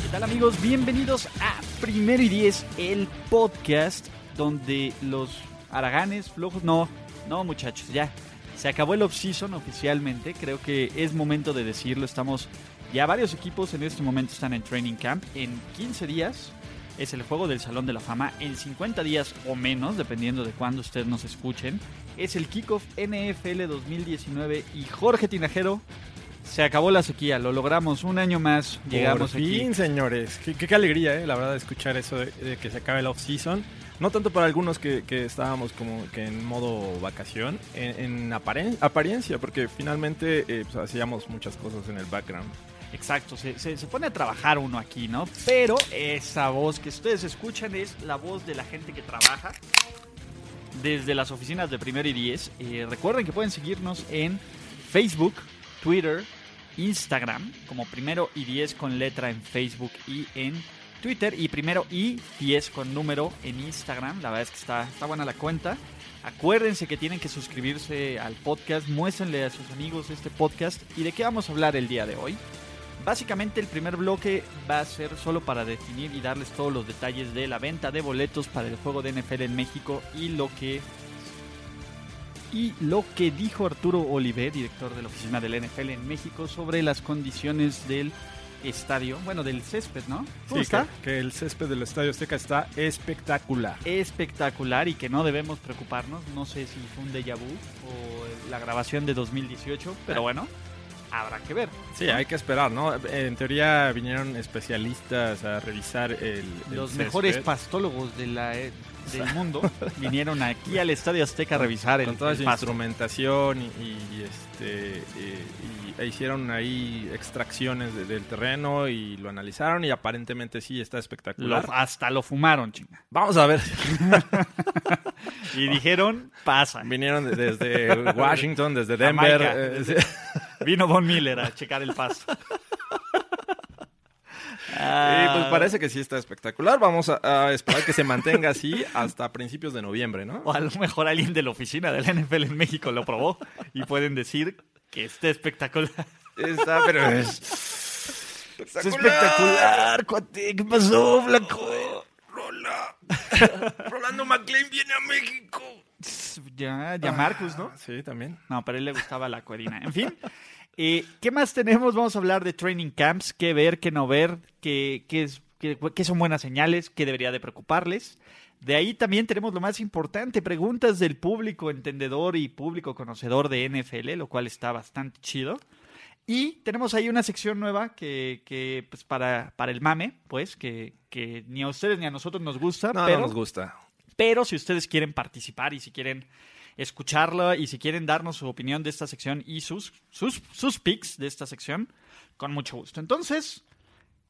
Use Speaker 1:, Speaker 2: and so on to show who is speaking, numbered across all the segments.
Speaker 1: ¿Qué tal amigos? Bienvenidos a Primero y Diez, el podcast donde los araganes flojos... No, no muchachos, ya. Se acabó el off-season oficialmente, creo que es momento de decirlo. Estamos ya varios equipos en este momento están en training camp. En 15 días es el juego del Salón de la Fama. En 50 días o menos, dependiendo de cuándo ustedes nos escuchen, es el kickoff NFL 2019 y Jorge Tinajero se acabó la sequía, lo logramos un año más, llegamos
Speaker 2: Por fin,
Speaker 1: aquí.
Speaker 2: señores. Qué, qué- qué alegría, ¿eh? la verdad, escuchar eso de, de que se acabe el off-season. No tanto para algunos que, que estábamos como que en modo vacación, en, en aparen- apariencia, porque finalmente eh, pues, hacíamos muchas cosas en el background.
Speaker 1: Exacto, se, se- se pone a trabajar uno aquí, ¿no? Pero esa voz que ustedes escuchan es la voz de la gente que trabaja desde las oficinas de Primero y Diez. Eh, recuerden que pueden seguirnos en Facebook, Twitter, Instagram, como Primero y Diez con letra en Facebook y en Twitter, y Primero y Diez con número en Instagram. La verdad es que está, está buena la cuenta. Acuérdense que tienen que suscribirse al podcast, muéstrenle a sus amigos este podcast y de qué vamos a hablar el día de hoy. Básicamente el primer bloque va a ser solo para definir y darles todos los detalles de la venta de boletos para el juego de NFL en México y lo que y lo que dijo Arturo Olive, director de la oficina del NFL en México sobre las condiciones del estadio, bueno, del césped, ¿no? ¿Cómo
Speaker 2: Sí,
Speaker 1: está?
Speaker 2: Que, que el césped del Estadio Azteca está espectacular.
Speaker 1: espectacular y que no debemos preocuparnos. No sé si fue un déjà vu o la grabación de 2018,
Speaker 2: Ah.
Speaker 1: pero bueno, habrá que ver.
Speaker 2: Sí, hay que esperar, ¿no? En teoría vinieron especialistas a revisar el. el
Speaker 1: Los
Speaker 2: césped.
Speaker 1: mejores pastólogos de la, eh, del mundo vinieron aquí al Estadio Azteca a revisar el,
Speaker 2: con toda
Speaker 1: el
Speaker 2: su
Speaker 1: pasto.
Speaker 2: instrumentación y, y, este eh, y- e hicieron ahí extracciones de- del terreno y lo analizaron y aparentemente sí está
Speaker 1: Lo-
Speaker 2: espectacular.
Speaker 1: hasta lo fumaron, chinga.
Speaker 2: Vamos a ver. Oh.
Speaker 1: Y dijeron, pasa.
Speaker 2: Vinieron de- desde Washington, desde Denver.
Speaker 1: Jamaica.
Speaker 2: eh, sí.
Speaker 1: Vino Von Miller a checar el pasto.
Speaker 2: Y pues parece que sí está espectacular. Vamos a, a esperar que se mantenga así hasta principios de noviembre, ¿no?
Speaker 1: O a lo mejor alguien de la oficina del NFL en México lo probó y pueden decir que está espectacular.
Speaker 2: Está, pero es
Speaker 1: Es espectacular, cuate. ¿Qué pasó, flaco?
Speaker 3: Rola. Rolando McLean viene a México.
Speaker 1: Ya, ya Marcus, ¿no?
Speaker 2: Sí, también.
Speaker 1: No, pero a él le gustaba la cuerina. En fin, eh, ¿qué más tenemos? Vamos a hablar de training camps, qué ver, qué no ver, qué, qué, es- qué- qué son buenas señales, qué debería de preocuparles. De ahí también tenemos lo más importante, preguntas del público entendedor y público conocedor de NFL, lo cual está bastante chido. Y tenemos ahí una sección nueva que, que, pues para, para el mame, pues, que, que ni a ustedes ni a nosotros nos gusta,
Speaker 2: No, no
Speaker 1: pero
Speaker 2: nos gusta.
Speaker 1: pero si ustedes quieren participar y si quieren escucharla y si quieren darnos su opinión de esta sección y sus, sus, sus picks de esta sección, con mucho gusto. Entonces,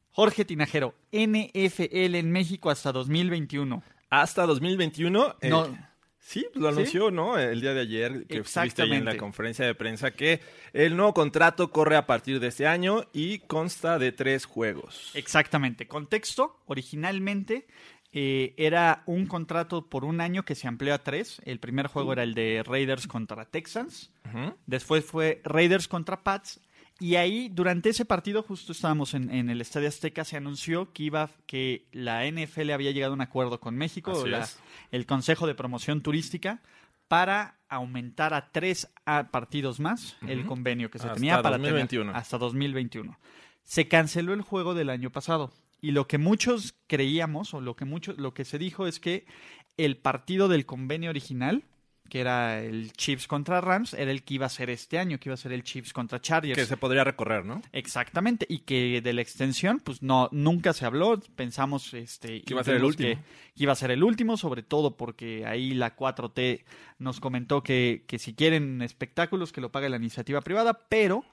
Speaker 1: Jorge Tinajero, NFL en México hasta 2021.
Speaker 2: Hasta 2021. eh,
Speaker 1: No.
Speaker 2: Sí, lo
Speaker 1: ¿Sí?
Speaker 2: anunció, ¿no? El día de ayer que estuviste ahí en
Speaker 1: Exactamente.
Speaker 2: la conferencia de prensa que el nuevo contrato corre a partir de este año y consta de tres
Speaker 1: Eh,
Speaker 2: juegos.
Speaker 1: Exactamente. Contexto, originalmente eh, era un contrato por un año que se amplió a tres. El primer juego era el de Raiders contra Texans.
Speaker 2: Ujú.
Speaker 1: Después fue Raiders contra Pats. Y ahí, durante ese partido, justo estábamos en, en el Estadio Azteca, se anunció que iba que la NFL había llegado a un acuerdo con México,
Speaker 2: Así
Speaker 1: o la-
Speaker 2: es.
Speaker 1: el Consejo de Promoción Turística, para aumentar a tres ah, partidos más el convenio que se
Speaker 2: Hasta
Speaker 1: tenía para tener-
Speaker 2: 2021.
Speaker 1: hasta 2021. Se canceló el juego del año pasado. Y lo que muchos creíamos, o lo que mucho, lo que se dijo es que el partido del convenio original, que era el Chiefs contra Rams, era el que iba a ser este año, que iba a ser el Chiefs contra Chargers.
Speaker 2: Que se podría recorrer, ¿no?
Speaker 1: Exactamente, y que de la extensión, pues no, nunca se habló. Pensamos este,
Speaker 2: Que iba a ser el
Speaker 1: vimos
Speaker 2: último.
Speaker 1: Que, que iba a ser el último, sobre todo porque ahí la 4T nos comentó que, que si quieren espectáculos, que lo pague la iniciativa privada. Pero,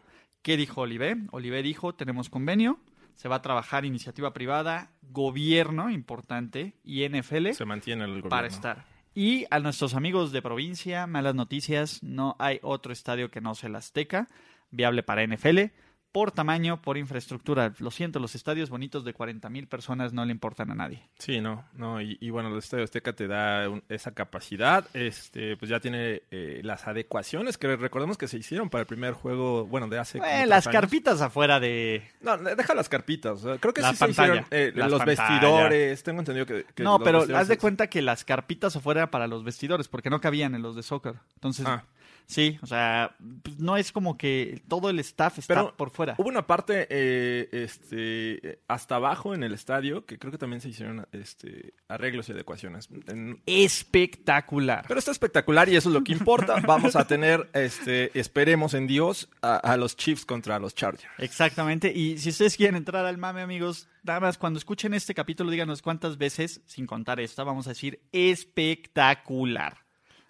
Speaker 1: ¿qué dijo Olivé? Olivé dijo: Tenemos convenio, se va a trabajar iniciativa privada, gobierno, importante, y NFL
Speaker 2: Se mantiene el gobierno.
Speaker 1: para estar. Y a nuestros amigos de provincia, malas noticias, no hay otro estadio que no sea el Azteca, viable para NFL, por tamaño, por infraestructura. Lo siento, los estadios bonitos de 40 mil personas no le importan a nadie.
Speaker 2: Sí, no, no, y, y bueno, el Estadio Azteca te da un- esa capacidad, este, pues ya tiene eh, las adecuaciones que recordemos que se hicieron para el primer juego, bueno, de hace... como
Speaker 1: Eh,
Speaker 2: tres
Speaker 1: las
Speaker 2: años.
Speaker 1: carpitas afuera de...
Speaker 2: No, deja las carpitas, o sea, creo que
Speaker 1: La
Speaker 2: sí
Speaker 1: pantalla,
Speaker 2: se hicieron eh,
Speaker 1: las
Speaker 2: los
Speaker 1: pantallas.
Speaker 2: vestidores, tengo entendido que... que
Speaker 1: no,
Speaker 2: los
Speaker 1: pero
Speaker 2: vestidores
Speaker 1: haz de
Speaker 2: es-
Speaker 1: cuenta que las carpitas afuera eran para los vestidores, porque no cabían en los de soccer. Entonces,
Speaker 2: Ah.
Speaker 1: sí, o sea, pues, no es como que todo el staff está
Speaker 2: Pero
Speaker 1: por fuera.
Speaker 2: Hubo una parte eh, este, eh, hasta abajo en el estadio que creo que también se hicieron este, arreglos y adecuaciones. En-
Speaker 1: Espectacular.
Speaker 2: Pero está espectacular y eso es lo que importa. Vamos a tener, este, esperemos en Dios, a, a los Chiefs contra los Chargers.
Speaker 1: Exactamente. Y si ustedes quieren entrar al mame, amigos, nada más cuando escuchen este capítulo, díganos cuántas veces, sin contar esta, vamos a decir espectacular.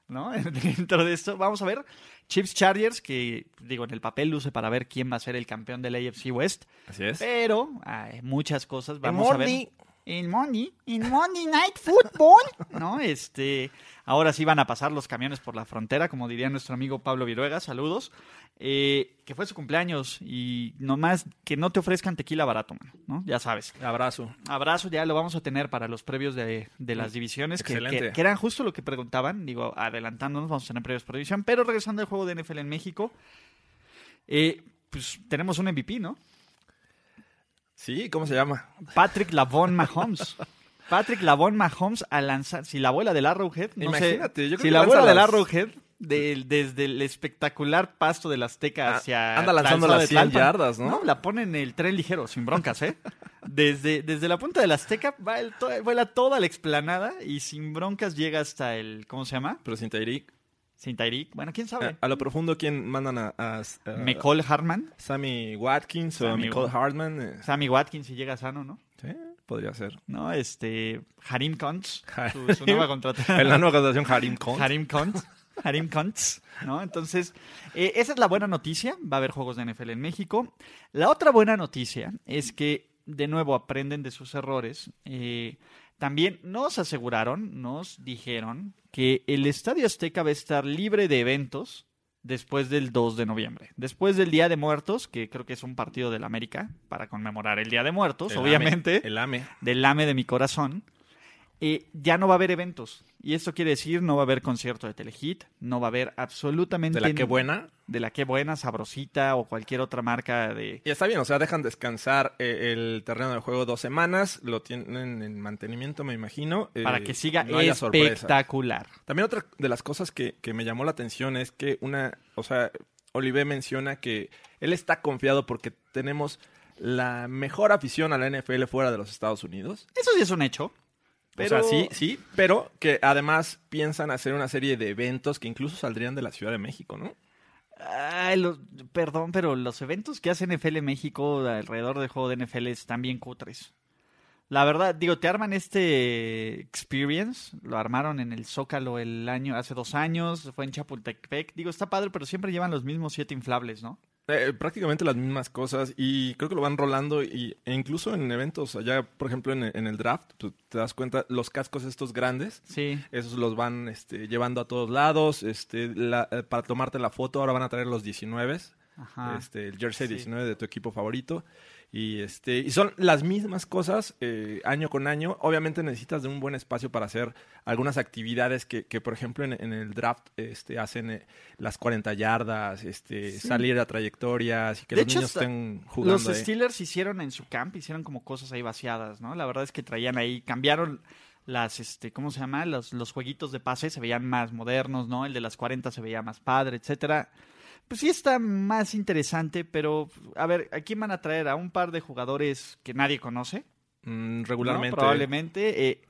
Speaker 1: ¿No? Dentro de esto, vamos a ver Chips Chargers, que digo, en el papel luce para ver quién va a ser el campeón del AFC West.
Speaker 2: Así es.
Speaker 1: Pero hay muchas cosas. Vamos a ver.
Speaker 2: Monday.
Speaker 1: En Monday, en Monday Night Football, ¿no? Este, ahora sí van a pasar los camiones por la frontera, como diría nuestro amigo Pablo Viruega, saludos, eh, que fue su cumpleaños y nomás que no te ofrezcan tequila barato, mano, ¿no? Ya sabes.
Speaker 2: Abrazo.
Speaker 1: Abrazo, ya lo vamos a tener para los previos de, de las divisiones, que,
Speaker 2: Excelente.
Speaker 1: que- que eran justo lo que preguntaban, digo, adelantándonos, vamos a tener previos por división, pero regresando al juego de NFL en México, eh, pues tenemos un MVP, ¿no?
Speaker 2: Sí, ¿cómo se llama?
Speaker 1: Patrick Lavon Mahomes. Patrick Lavon Mahomes a lanzar. Si la abuela del Arrowhead. No
Speaker 2: Imagínate,
Speaker 1: sé,
Speaker 2: yo creo
Speaker 1: Si
Speaker 2: que
Speaker 1: la
Speaker 2: lanza
Speaker 1: abuela del
Speaker 2: las-
Speaker 1: Arrowhead. del- desde el espectacular pasto del Azteca
Speaker 2: Ah,
Speaker 1: hacia.
Speaker 2: anda lanzando
Speaker 1: Tlalpan
Speaker 2: las
Speaker 1: de
Speaker 2: 100
Speaker 1: Tlalpan.
Speaker 2: yardas, ¿no?
Speaker 1: la pone en el tren ligero, sin broncas, ¿eh? Desde, desde la punta del Azteca va el to- vuela toda la explanada y sin broncas llega hasta el. ¿Cómo se llama?
Speaker 2: Pero sin Tyreek.
Speaker 1: Sintairik. Bueno, quién
Speaker 2: A,
Speaker 1: sabe.
Speaker 2: a lo profundo, ¿quién mandan a, a- a-
Speaker 1: Mecole Harman.
Speaker 2: Sammy Watkins o
Speaker 1: Sammy
Speaker 2: Nicole
Speaker 1: Watkins.
Speaker 2: Hartman? eh,
Speaker 1: Sammy Watkins si llega sano, ¿no?
Speaker 2: sí, podría ser.
Speaker 1: No, este. Harim Kuntz.
Speaker 2: Ja-
Speaker 1: Su, su nueva contratación.
Speaker 2: En la nueva contratación, Harim Khan.
Speaker 1: Harim Kunt. Harim Kuntz, ¿no? Entonces, eh, esa es la buena noticia. Va a haber juegos de NFL en México. La otra buena noticia es que, de nuevo, aprenden de sus errores. Eh, también nos aseguraron, nos dijeron, que el Estadio Azteca va a estar libre de eventos después del 2 de noviembre. Después del Día de Muertos, que creo que es un partido del América para conmemorar el Día de Muertos,
Speaker 2: El AME,
Speaker 1: obviamente
Speaker 2: el AME.
Speaker 1: del lame de mi corazón, eh, ya no va a haber eventos. Y esto quiere decir no va a haber concierto de Telehit, no va a haber absolutamente...
Speaker 2: De la que buena.
Speaker 1: De la que buena, sabrosita o cualquier otra marca de...
Speaker 2: Y está bien, o sea, dejan descansar eh, el terreno de juego dos semanas, lo tienen en mantenimiento, me imagino. eh,
Speaker 1: Para que siga
Speaker 2: no haya sorpresas.
Speaker 1: espectacular.
Speaker 2: También otra de las cosas que, que me llamó la atención es que una, o sea, Olivé menciona que él está confiado porque tenemos la mejor afición a la NFL fuera de los Estados Unidos.
Speaker 1: Eso sí es un hecho. Pero
Speaker 2: O sea, sí, sí, pero que además piensan hacer una serie de eventos que incluso saldrían de la Ciudad de México, ¿no?
Speaker 1: Ay, lo- perdón, pero los eventos que hace NFL México alrededor del juego de NFL están bien cutres. La verdad, digo, te arman este Experience, lo armaron en el Zócalo el año, hace dos años, fue en Chapultepec. Digo, está padre, pero siempre llevan los mismos siete inflables, ¿no?
Speaker 2: Eh, prácticamente las mismas cosas y creo que lo van rolando y, e incluso en eventos allá, por ejemplo, en, en el draft, tú te das cuenta, los cascos estos grandes,
Speaker 1: Sí.
Speaker 2: esos los van este, llevando a todos lados, este, la- eh, para tomarte la foto ahora van a traer los 19,
Speaker 1: Ajá.
Speaker 2: este, el jersey
Speaker 1: Ah, Sí.
Speaker 2: 19 de tu equipo favorito y, este, y son las mismas cosas eh, año con año, obviamente necesitas de un buen espacio para hacer algunas actividades que, que, por ejemplo en, en el draft este, hacen eh, las 40 yardas, este,
Speaker 1: Sí.
Speaker 2: salir a trayectorias y que
Speaker 1: De
Speaker 2: los
Speaker 1: hecho,
Speaker 2: niños
Speaker 1: hasta
Speaker 2: estén jugando.
Speaker 1: Los
Speaker 2: ahí.
Speaker 1: Steelers hicieron en su camp, hicieron como cosas ahí vaciadas, ¿no? La verdad es que traían ahí, cambiaron las, este, ¿cómo se llama? Los, los jueguitos de pase se veían más modernos, ¿no? El de las 40 se veía más padre, etcétera. Pues sí está más interesante, pero a ver, ¿a quién van a traer? ¿A un par de jugadores que nadie conoce?
Speaker 2: Mm,
Speaker 1: ¿no?
Speaker 2: regularmente.
Speaker 1: Probablemente. eh,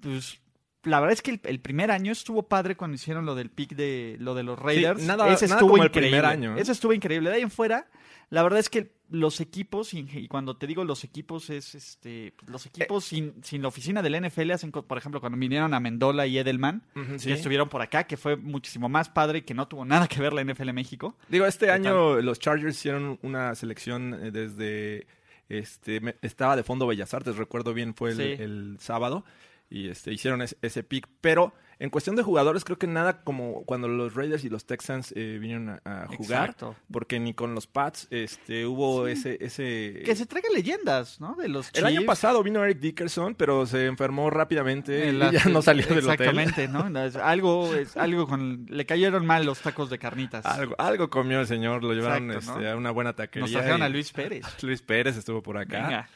Speaker 1: pues la verdad es que el, el primer año estuvo padre cuando hicieron lo del pick de lo de los Raiders.
Speaker 2: nada-
Speaker 1: Ese
Speaker 2: nada
Speaker 1: estuvo
Speaker 2: como el
Speaker 1: increíble.
Speaker 2: primer año, ¿eh?
Speaker 1: Ese estuvo increíble. De ahí en fuera, la verdad es que los equipos, y, y cuando te digo los equipos, es este los equipos
Speaker 2: Eh.
Speaker 1: sin, sin la oficina del NFL hacen, co- por ejemplo, cuando vinieron a Mendola y Edelman,
Speaker 2: Ujú, sí.
Speaker 1: que estuvieron por acá, que fue muchísimo más padre, que no tuvo nada que ver la NFL México.
Speaker 2: Digo, este
Speaker 1: tal?
Speaker 2: año los Chargers hicieron una selección eh, desde Este, me- estaba de fondo Bellas Artes, recuerdo bien, fue el,
Speaker 1: Sí.
Speaker 2: el sábado. Y este, hicieron es- ese pick. Pero en cuestión de jugadores, creo que nada como cuando los Raiders y los Texans eh, vinieron a, a jugar.
Speaker 1: Exacto.
Speaker 2: Porque ni con los Pats este, hubo ese, ese.
Speaker 1: Que se traiga leyendas, ¿no? De los
Speaker 2: El año
Speaker 1: Chiefs.
Speaker 2: pasado vino Eric Dickerson, pero se enfermó rápidamente
Speaker 1: El-
Speaker 2: y ya no salió del hotel.
Speaker 1: Exactamente, ¿no? Es Algo, es algo con... Le cayeron mal los tacos de carnitas.
Speaker 2: Algo, algo comió el señor, lo llevaron
Speaker 1: Exacto,
Speaker 2: este,
Speaker 1: ¿no?
Speaker 2: a una buena taquería.
Speaker 1: Nos trajeron
Speaker 2: y-
Speaker 1: a Luis Pérez.
Speaker 2: Luis Pérez estuvo por acá.
Speaker 1: Venga,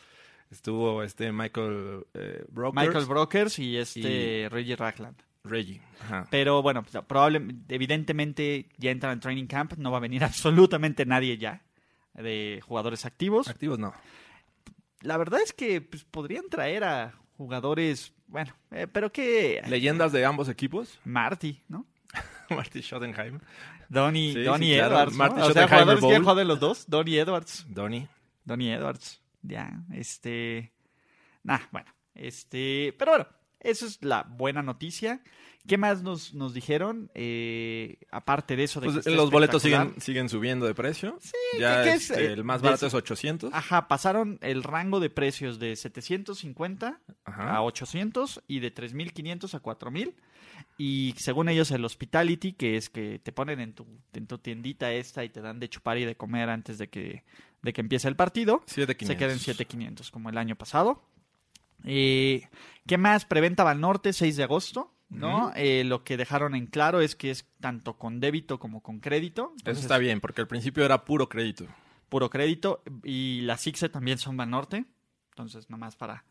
Speaker 2: Estuvo este Michael eh, Brokers.
Speaker 1: Michael Brokers y este Reggie Ragland.
Speaker 2: Reggie. Ajá.
Speaker 1: Pero bueno, pues, probablemente, evidentemente ya entra en training camp, no va a venir absolutamente nadie ya de jugadores activos.
Speaker 2: Activos no.
Speaker 1: La verdad es que pues, podrían traer a jugadores, bueno, eh, pero que
Speaker 2: Leyendas de ambos equipos.
Speaker 1: Marty, ¿no?
Speaker 2: Marty Schottenheim.
Speaker 1: Donnie,
Speaker 2: Sí,
Speaker 1: Donnie
Speaker 2: sí, claro.
Speaker 1: Edwards. ¿no?
Speaker 2: Marty
Speaker 1: O sea,
Speaker 2: Schottenheimer
Speaker 1: jugadores que
Speaker 2: Bowl.
Speaker 1: han jugado en los dos, Donnie Edwards.
Speaker 2: Donnie.
Speaker 1: Donnie Edwards. Ya, este. Nah, bueno. Este. Pero bueno, esa es la buena noticia. ¿Qué más nos, nos dijeron? Eh, aparte de eso, de que
Speaker 2: Pues,
Speaker 1: está
Speaker 2: los boletos
Speaker 1: espectacular.
Speaker 2: siguen, siguen subiendo de precio. Sí,
Speaker 1: ¿qué-
Speaker 2: ya
Speaker 1: qué es? Ah,
Speaker 2: este,
Speaker 1: Eh,
Speaker 2: el más
Speaker 1: de-
Speaker 2: barato es 800.
Speaker 1: Ajá, pasaron el rango de precios de 750
Speaker 2: Ajá.
Speaker 1: a 800 y de 3500 a 4000. Y según ellos, el hospitality, que es que te ponen en tu, en tu tiendita esta y te dan de chupar y de comer antes de que, de que empiece el partido.
Speaker 2: 7500.
Speaker 1: Se queda en 7500 como el año pasado. Eh, ¿Qué más? Preventa al norte, 6 de agosto. ¿no? Eh, lo que dejaron en claro es que es tanto con débito como con crédito.
Speaker 2: Eso
Speaker 1: Entonces,
Speaker 2: está bien, porque al principio era puro crédito.
Speaker 1: Puro crédito. Y las ICSE también son Banorte. Entonces, nomás para.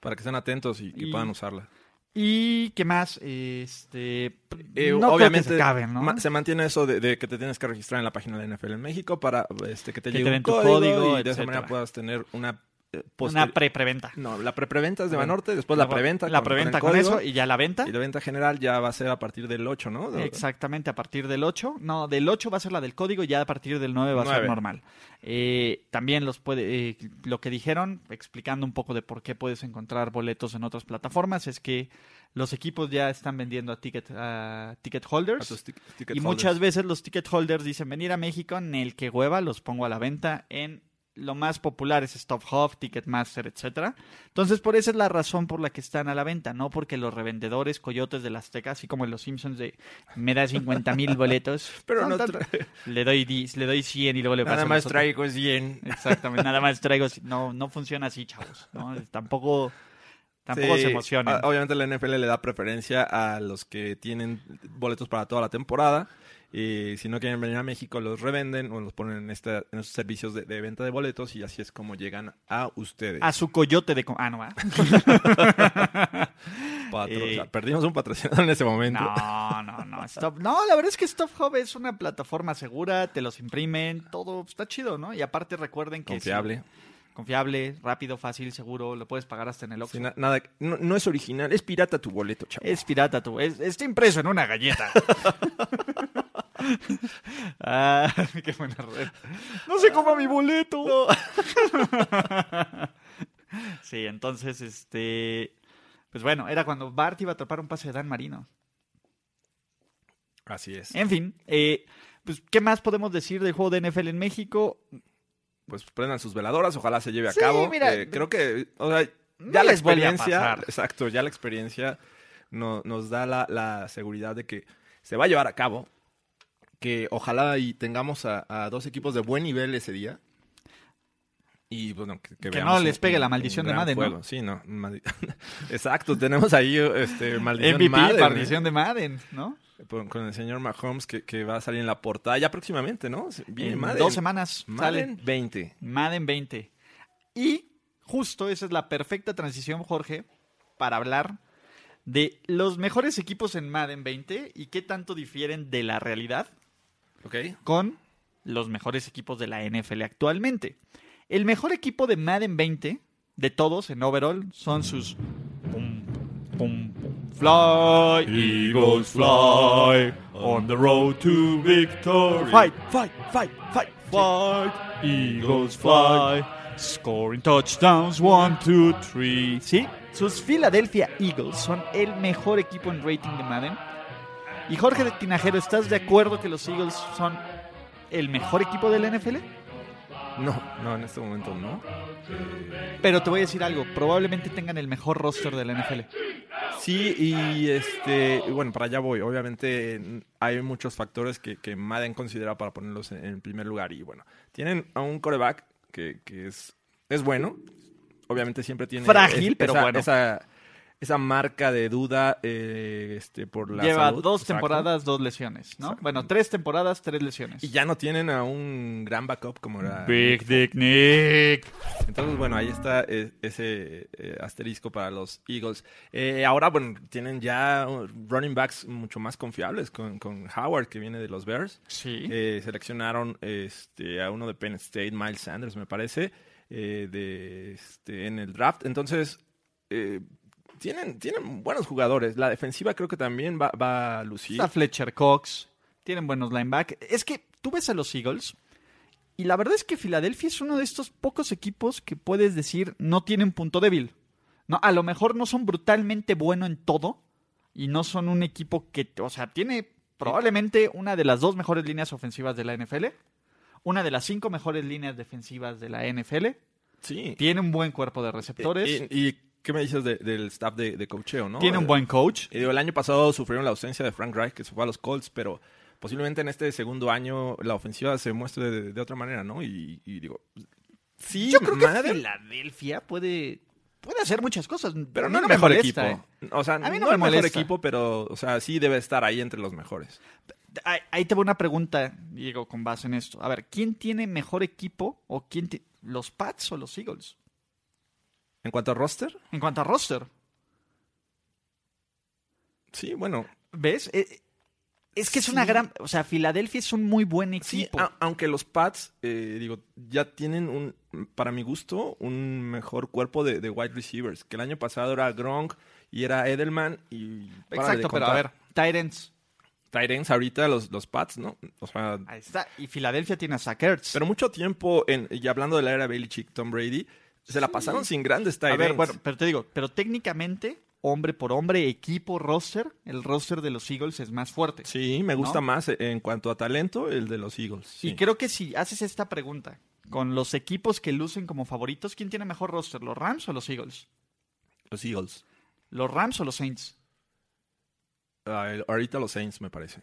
Speaker 2: Para que estén atentos y que
Speaker 1: Y-
Speaker 2: puedan usarla.
Speaker 1: ¿Y qué más? Este.
Speaker 2: Eh,
Speaker 1: no
Speaker 2: obviamente
Speaker 1: creo que se acaben, ¿no?
Speaker 2: ma- se mantiene eso de, de que te tienes que registrar en la página de la NFL en México para este, que te
Speaker 1: Que
Speaker 2: llegue
Speaker 1: te
Speaker 2: un
Speaker 1: den tu
Speaker 2: código,
Speaker 1: código,
Speaker 2: y de esa
Speaker 1: etcétera.
Speaker 2: manera puedas tener una eh,
Speaker 1: Una
Speaker 2: posteri-
Speaker 1: pre-preventa.
Speaker 2: No, la prepreventa es de
Speaker 1: A ver,
Speaker 2: Banorte, después Pues la preventa.
Speaker 1: La
Speaker 2: con- con el
Speaker 1: preventa con,
Speaker 2: código,
Speaker 1: eso y ya la venta.
Speaker 2: Y la venta general ya va a ser a partir del 8, ¿no?
Speaker 1: Exactamente, a partir del 8. No, del 8 va a ser la del código, ya a partir del 9 va a ser
Speaker 2: Nueve.
Speaker 1: normal. Eh, también los puede, eh, lo que dijeron, explicando un poco de por qué puedes encontrar boletos en otras plataformas, es que los equipos ya están vendiendo a ticket, a ticket
Speaker 2: A
Speaker 1: holders.
Speaker 2: tus tic- ticket
Speaker 1: Y
Speaker 2: holders.
Speaker 1: muchas veces los ticket holders dicen venir a México, en el que hueva, los pongo a la venta en lo más popular es Stop Hub, Ticketmaster, etcétera. Entonces, por esa es la razón por la que están a la venta, no porque los revendedores coyotes de las Azteca, así como en los Simpsons de me da 50 mil boletos,
Speaker 2: Pero no
Speaker 1: tan, tan,
Speaker 2: tra-
Speaker 1: le doy 10, le doy 100 y luego le paso
Speaker 2: nada
Speaker 1: los
Speaker 2: más
Speaker 1: otros.
Speaker 2: traigo 100.
Speaker 1: Eh, Exactamente, nada más traigo, no no funciona así, chavos, ¿no? Tampoco tampoco
Speaker 2: Sí,
Speaker 1: se emocionen.
Speaker 2: ah, Obviamente la NFL le da preferencia a los que tienen boletos para toda la temporada. Y si no quieren venir a México, los revenden o los ponen en, esta, en estos servicios de, de venta de boletos y así es como llegan a ustedes.
Speaker 1: A su coyote de... co- Ah, no, ¿verdad?
Speaker 2: Patro-
Speaker 1: eh.
Speaker 2: o sea, perdimos un patrocinador en ese momento.
Speaker 1: No, no, no. Stop. No, la verdad es que Stop Hub es una plataforma segura, te los imprimen, todo está chido, ¿no? Y aparte recuerden que es
Speaker 2: Confiable.
Speaker 1: confiable, rápido, fácil, seguro, lo puedes pagar hasta en el Oxxo.
Speaker 2: Sí, na- nada, no, no es original, es pirata tu boleto, chavo.
Speaker 1: Es pirata tú, es- está impreso en una galleta. ah, qué buena red. No se coma mi boleto. sí, entonces, este... Pues bueno, era cuando Bart iba a atrapar un pase de Dan Marino.
Speaker 2: Así es.
Speaker 1: En fin, eh, pues, ¿qué más podemos decir del juego de NFL en México?
Speaker 2: pues prendan sus veladoras, ojalá se lleve a
Speaker 1: Sí,
Speaker 2: cabo.
Speaker 1: mira,
Speaker 2: Eh, creo que, o sea, ya
Speaker 1: no
Speaker 2: la
Speaker 1: les vuelve a
Speaker 2: experiencia,
Speaker 1: pasar.
Speaker 2: exacto, ya la experiencia no- nos da la, la seguridad de que se va a llevar a cabo, que ojalá y tengamos a, a dos equipos de buen nivel ese día. Y bueno, que,
Speaker 1: Que
Speaker 2: veamos
Speaker 1: no les
Speaker 2: un-
Speaker 1: pegue
Speaker 2: un-
Speaker 1: la
Speaker 2: un
Speaker 1: maldición de
Speaker 2: gran
Speaker 1: Madden, ¿no?
Speaker 2: juego. Sí, no. maldi- Exacto, tenemos ahí este, maldición
Speaker 1: MVP,
Speaker 2: Madden, ¿eh?
Speaker 1: partición de Madden, ¿no?
Speaker 2: Con, con el señor Mahomes que, que va a salir en la portada ya próximamente, ¿no? Bien,
Speaker 1: en
Speaker 2: Madden.
Speaker 1: dos semanas
Speaker 2: Madden
Speaker 1: sale
Speaker 2: 20.
Speaker 1: Madden 20. Y justo esa es la perfecta transición, Jorge, para hablar de los mejores equipos en Madden 20 y qué tanto difieren de la realidad
Speaker 2: ¿Ok?
Speaker 1: con los mejores equipos de la NFL actualmente. El mejor equipo de Madden 20 de todos en overall son sus pum, pum, pum, Fly Eagles Fly on the road to victory. Fight, fight, fight, fight, fight Eagles Fly. Scoring touchdowns, one, two, three. Sí, sus Philadelphia Eagles son el mejor equipo en rating de Madden. Y Jorge de Tinajero, ¿estás de acuerdo que los Eagles son el mejor equipo del NFL?
Speaker 2: No, no, en este momento no. Eh,
Speaker 1: Pero te voy a decir algo, probablemente tengan el mejor roster de la NFL.
Speaker 2: sí, y este, y bueno, para allá voy. Obviamente eh, hay muchos factores que, que Madden considera para ponerlos en, en primer lugar. Y bueno, tienen a un coreback que, que es, es bueno. Obviamente siempre tiene...
Speaker 1: Frágil,
Speaker 2: es-
Speaker 1: pero
Speaker 2: esa-
Speaker 1: bueno.
Speaker 2: Esa, esa marca de duda eh, este, por la
Speaker 1: Lleva
Speaker 2: salud,
Speaker 1: dos
Speaker 2: exacto.
Speaker 1: temporadas, dos lesiones, ¿no?
Speaker 2: Exacto.
Speaker 1: Bueno, tres temporadas, tres lesiones.
Speaker 2: Y ya no tienen a un gran backup como era...
Speaker 1: Big Dick Nick.
Speaker 2: Entonces, bueno, ahí está eh, ese eh, asterisco para los Eagles. Eh, ahora, bueno, tienen ya uh, running backs mucho más confiables con, con Howard, que viene de los Bears.
Speaker 1: Sí.
Speaker 2: Eh, seleccionaron este, a uno de Penn State, Miles Sanders, me parece, eh, de, este, en el draft. Entonces, eh, tienen, tienen buenos jugadores. La defensiva creo que también va, va a lucir.
Speaker 1: Está Fletcher Cox. Tienen buenos linebackers. Es que tú ves a los Eagles. Y la verdad es que Filadelfia es uno de estos pocos equipos que puedes decir no tienen punto débil. No, a lo mejor no son brutalmente bueno en todo. Y no son un equipo que, o sea, tiene probablemente una de las dos mejores líneas ofensivas de la NFL. Una de las cinco mejores líneas defensivas de la NFL.
Speaker 2: Sí.
Speaker 1: Tiene un buen cuerpo de receptores.
Speaker 2: Y, y- qué me dices de- del staff de, de cocheo, Eh, no? eh.
Speaker 1: tiene un buen coach.
Speaker 2: Y digo, el año pasado sufrieron la ausencia de Frank Reich, que se fue a los Colts, pero posiblemente en este segundo año la ofensiva se muestre de, de otra manera, ¿no? Y, y digo, sí,
Speaker 1: Yo creo que
Speaker 2: madre,
Speaker 1: Filadelfia puede, puede hacer muchas cosas.
Speaker 2: pero
Speaker 1: A mí
Speaker 2: no, el
Speaker 1: me
Speaker 2: mejor
Speaker 1: molesta, eh.
Speaker 2: equipo. O sea,
Speaker 1: A mí no
Speaker 2: no,
Speaker 1: me
Speaker 2: el mejor
Speaker 1: molesta.
Speaker 2: equipo, pero, o sea, sí debe estar ahí entre los mejores.
Speaker 1: eh. Ahí, ahí te va una pregunta, Diego, con base en esto. A ver, ¿quién tiene mejor equipo o quién ti- los Pats o los Eagles?
Speaker 2: En cuanto a roster,
Speaker 1: En cuanto a roster,
Speaker 2: sí, bueno.
Speaker 1: ¿ves? Eh, es que es
Speaker 2: Sí.
Speaker 1: una gran... O sea, Filadelfia es un muy buen
Speaker 2: Sí, ah,
Speaker 1: equipo.
Speaker 2: a- aunque los Pats, eh, digo, ya tienen un, para mi gusto, un mejor cuerpo de, de wide receivers. Que el año pasado era Gronk y era Edelman y... párale de
Speaker 1: Exacto, pero a
Speaker 2: contar.
Speaker 1: ver, Tyrants.
Speaker 2: tight ends ahorita los, los Pats, ¿no? O sea,
Speaker 1: Ahí está. Y Filadelfia tiene a Zach Ertz.
Speaker 2: pero mucho tiempo, en, y hablando de la era Belichick, Tom Brady, se la pasaron sin grandes tight
Speaker 1: a ver,
Speaker 2: ends.
Speaker 1: bueno, pero te digo, pero técnicamente, hombre por hombre, equipo, roster, el roster de los Eagles es más fuerte.
Speaker 2: sí, me gusta
Speaker 1: ¿no?
Speaker 2: más eh, en cuanto a talento el de los Eagles. sí.
Speaker 1: Y creo que si haces esta pregunta con los equipos que lucen como favoritos, ¿quién tiene mejor roster? ¿Los Rams o los Eagles?
Speaker 2: Los Eagles.
Speaker 1: ¿Los Rams o los Saints?
Speaker 2: Ah, el- ahorita los Saints, me parece.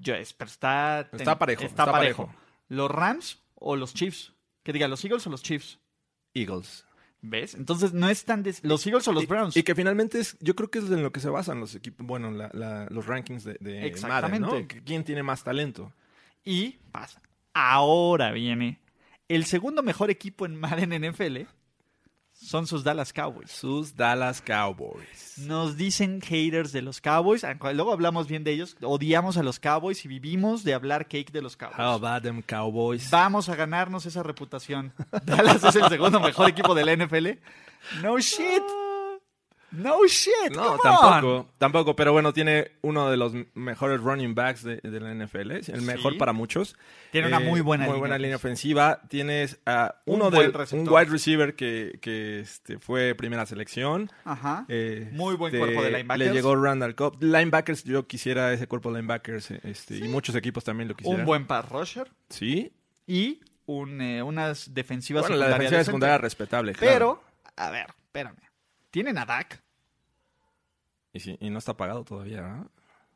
Speaker 1: Yo, es- pero está,
Speaker 2: Está parejo,
Speaker 1: está
Speaker 2: está
Speaker 1: parejo.
Speaker 2: parejo.
Speaker 1: ¿Los Rams o los Chiefs? Que diga, ¿los Eagles o los Chiefs?
Speaker 2: Eagles.
Speaker 1: ¿Ves? Entonces no es tan... des- ¿Los Eagles o los
Speaker 2: Y-
Speaker 1: Browns?
Speaker 2: Y, que finalmente es, yo creo que es en lo que se basan los equipos, bueno, la- la- los rankings de, de Madden,
Speaker 1: Exactamente.
Speaker 2: ¿no? Que- ¿Quién tiene más talento?
Speaker 1: Y pasa. Ahora viene el segundo mejor equipo en Madden NFL. Son sus Dallas Cowboys.
Speaker 2: Sus Dallas Cowboys.
Speaker 1: Nos dicen haters de los Cowboys. ah, cu- Luego hablamos bien de ellos. Odiamos a los Cowboys y vivimos de hablar cake de los Cowboys.
Speaker 2: How about them Cowboys?
Speaker 1: Vamos a ganarnos esa reputación. Dallas es el segundo mejor equipo de la NFL. No shit. No shit. come
Speaker 2: No,
Speaker 1: on.
Speaker 2: tampoco, tampoco, pero bueno, tiene uno de los m- mejores running backs de, de la NFL, es el mejor
Speaker 1: Sí.
Speaker 2: para muchos. Eh,
Speaker 1: Tiene una muy buena
Speaker 2: muy
Speaker 1: línea
Speaker 2: buena línea ofensiva. Tienes a
Speaker 1: Un
Speaker 2: uno
Speaker 1: buen
Speaker 2: de
Speaker 1: receptor.
Speaker 2: un wide receiver que, que, este, fue primera selección.
Speaker 1: Ajá.
Speaker 2: Eh,
Speaker 1: Muy buen
Speaker 2: este,
Speaker 1: cuerpo de linebackers.
Speaker 2: Le llegó Randall Cobb. Linebackers, yo quisiera ese cuerpo de linebackers eh, este, y muchos equipos también lo quisieran.
Speaker 1: un buen pass rusher
Speaker 2: Sí.
Speaker 1: y un, eh, unas defensivas
Speaker 2: Bueno, la
Speaker 1: secundarias
Speaker 2: defensiva
Speaker 1: decentes.
Speaker 2: secundaria respetable, claro.
Speaker 1: Pero, a ver, espérame. Tienen a Dak,
Speaker 2: Y, sí, y no está pagado todavía, ¿no?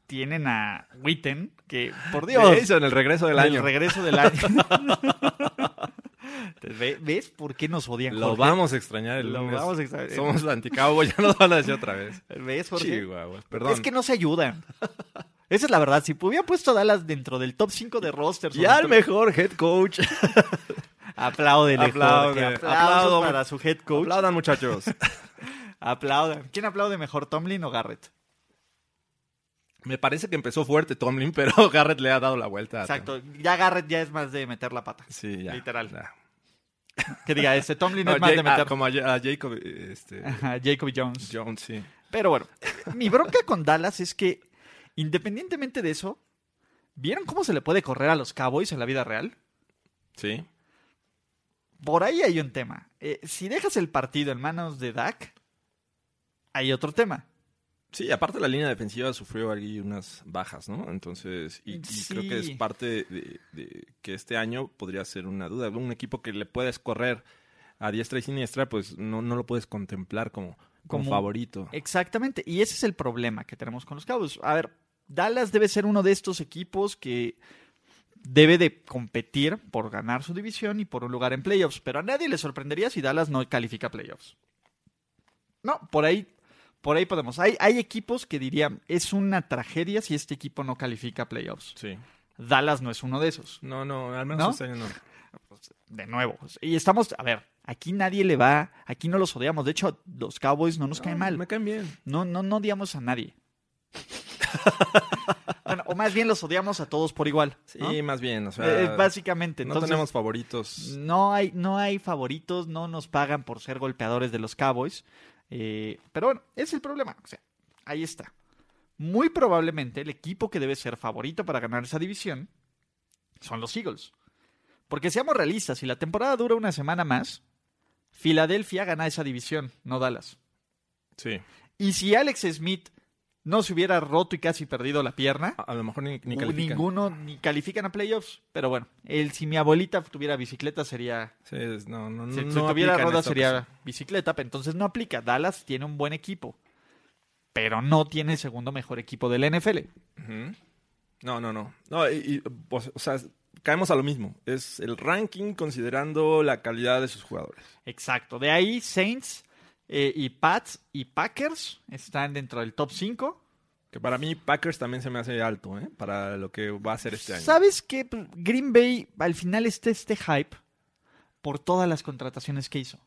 Speaker 1: tienen a Witten, que por Dios,
Speaker 2: Eso en el regreso del
Speaker 1: el
Speaker 2: año.
Speaker 1: regreso del año. Ve- ¿Ves por qué nos odian?
Speaker 2: Lo
Speaker 1: Jorge?
Speaker 2: vamos a extrañar el
Speaker 1: Lo
Speaker 2: lunes.
Speaker 1: vamos a extrañar.
Speaker 2: Somos anticabo, ya nos van a decir otra vez.
Speaker 1: ¿Ves, Jorge?
Speaker 2: Chihuahua, perdón.
Speaker 1: Es que no se ayudan. Esa es la verdad. Si hubiera puesto a Dallas dentro del top 5 de roster,
Speaker 2: ya el mejor head coach.
Speaker 1: apláudele,
Speaker 2: Aplaude.
Speaker 1: Jorge. Aplausos
Speaker 2: Aplaudo.
Speaker 1: para su head coach.
Speaker 2: Aplaudan, muchachos.
Speaker 1: Aplaudan. ¿Quién aplaude mejor, Tomlin o
Speaker 2: Ah,
Speaker 1: Garrett?
Speaker 2: Me parece que empezó fuerte Tomlin, pero Garrett le ha dado la vuelta. a Tomlin.
Speaker 1: Exacto. Ya Garrett ya es más de meter la pata.
Speaker 2: Sí, ya.
Speaker 1: Literal.
Speaker 2: Ya.
Speaker 1: Que diga, este Tomlin
Speaker 2: No,
Speaker 1: es más
Speaker 2: Jake-
Speaker 1: de
Speaker 2: ah,
Speaker 1: meter Ah.
Speaker 2: como a, Ja- a Jacob este,
Speaker 1: Ajá, Jacob Jones.
Speaker 2: Jones, sí.
Speaker 1: Pero bueno, Eh, mi bronca con Dallas es que, independientemente de eso, ¿vieron cómo se le puede correr a los Cowboys en la vida real?
Speaker 2: Sí.
Speaker 1: Por ahí hay un tema. Eh, si dejas el partido en manos de Dak, hay otro tema.
Speaker 2: Sí, aparte la línea defensiva sufrió ahí unas bajas, ¿no? Entonces, y, y
Speaker 1: Sí.
Speaker 2: creo que es parte de, de que este año podría ser una duda. Un equipo que le puedes correr a diestra y siniestra, pues no, no lo puedes contemplar como, como,
Speaker 1: Como-
Speaker 2: favorito.
Speaker 1: Exactamente, y ese es el problema que tenemos con los Cowboys. A ver, Dallas debe ser uno de estos equipos que debe de competir por ganar su división y por un lugar en playoffs, pero a nadie le sorprendería si Dallas no califica a playoffs. No, por ahí, por ahí podemos. Hay, hay equipos que dirían, es una tragedia si este equipo no califica a playoffs.
Speaker 2: Sí.
Speaker 1: Dallas no es uno de esos.
Speaker 2: No, no, al menos
Speaker 1: ¿No?
Speaker 2: este año no.
Speaker 1: De nuevo, y estamos, a ver, aquí nadie le va, aquí no los odiamos. De hecho, los Cowboys no nos caen mal.
Speaker 2: Me caen bien.
Speaker 1: No, no, no odiamos a nadie. Bueno, o más bien los odiamos a todos por igual.
Speaker 2: Sí,
Speaker 1: ¿no?
Speaker 2: más bien, o sea,
Speaker 1: Eh, eh, básicamente.
Speaker 2: no
Speaker 1: entonces,
Speaker 2: tenemos favoritos.
Speaker 1: no hay, no hay favoritos, no nos pagan por ser golpeadores de los Cowboys. Eh, pero bueno, es el problema. O sea, ahí está. Muy probablemente el equipo que debe ser favorito para ganar esa división son los Eagles. Porque seamos realistas, si la temporada dura una semana más, Filadelfia gana esa división, no Dallas.
Speaker 2: Sí.
Speaker 1: Y si Alex Smith no se hubiera roto y casi perdido la pierna,
Speaker 2: A, a lo mejor Ah, ni, ni califican.
Speaker 1: ninguno ni califican a playoffs. Pero bueno, el, si mi abuelita tuviera bicicleta sería...
Speaker 2: Sí, es- no, no,
Speaker 1: Si,
Speaker 2: no.
Speaker 1: si tuviera
Speaker 2: aplica en
Speaker 1: rueda
Speaker 2: esta
Speaker 1: sería
Speaker 2: ocasión.
Speaker 1: bicicleta, pero entonces no aplica. Dallas tiene un buen equipo, pero no tiene el segundo mejor equipo del NFL.
Speaker 2: Ujú. No, no, no. No, y- y, o o sea, caemos a lo mismo. Es el ranking considerando la calidad de sus jugadores.
Speaker 1: Exacto. De ahí Saints eh, y Pats y Packers están dentro del top 5.
Speaker 2: Que para mí Packers también se me hace alto, ¿eh? Para lo que va a ser este año.
Speaker 1: ¿Sabes que Green Bay al final está este hype por todas las contrataciones que hizo?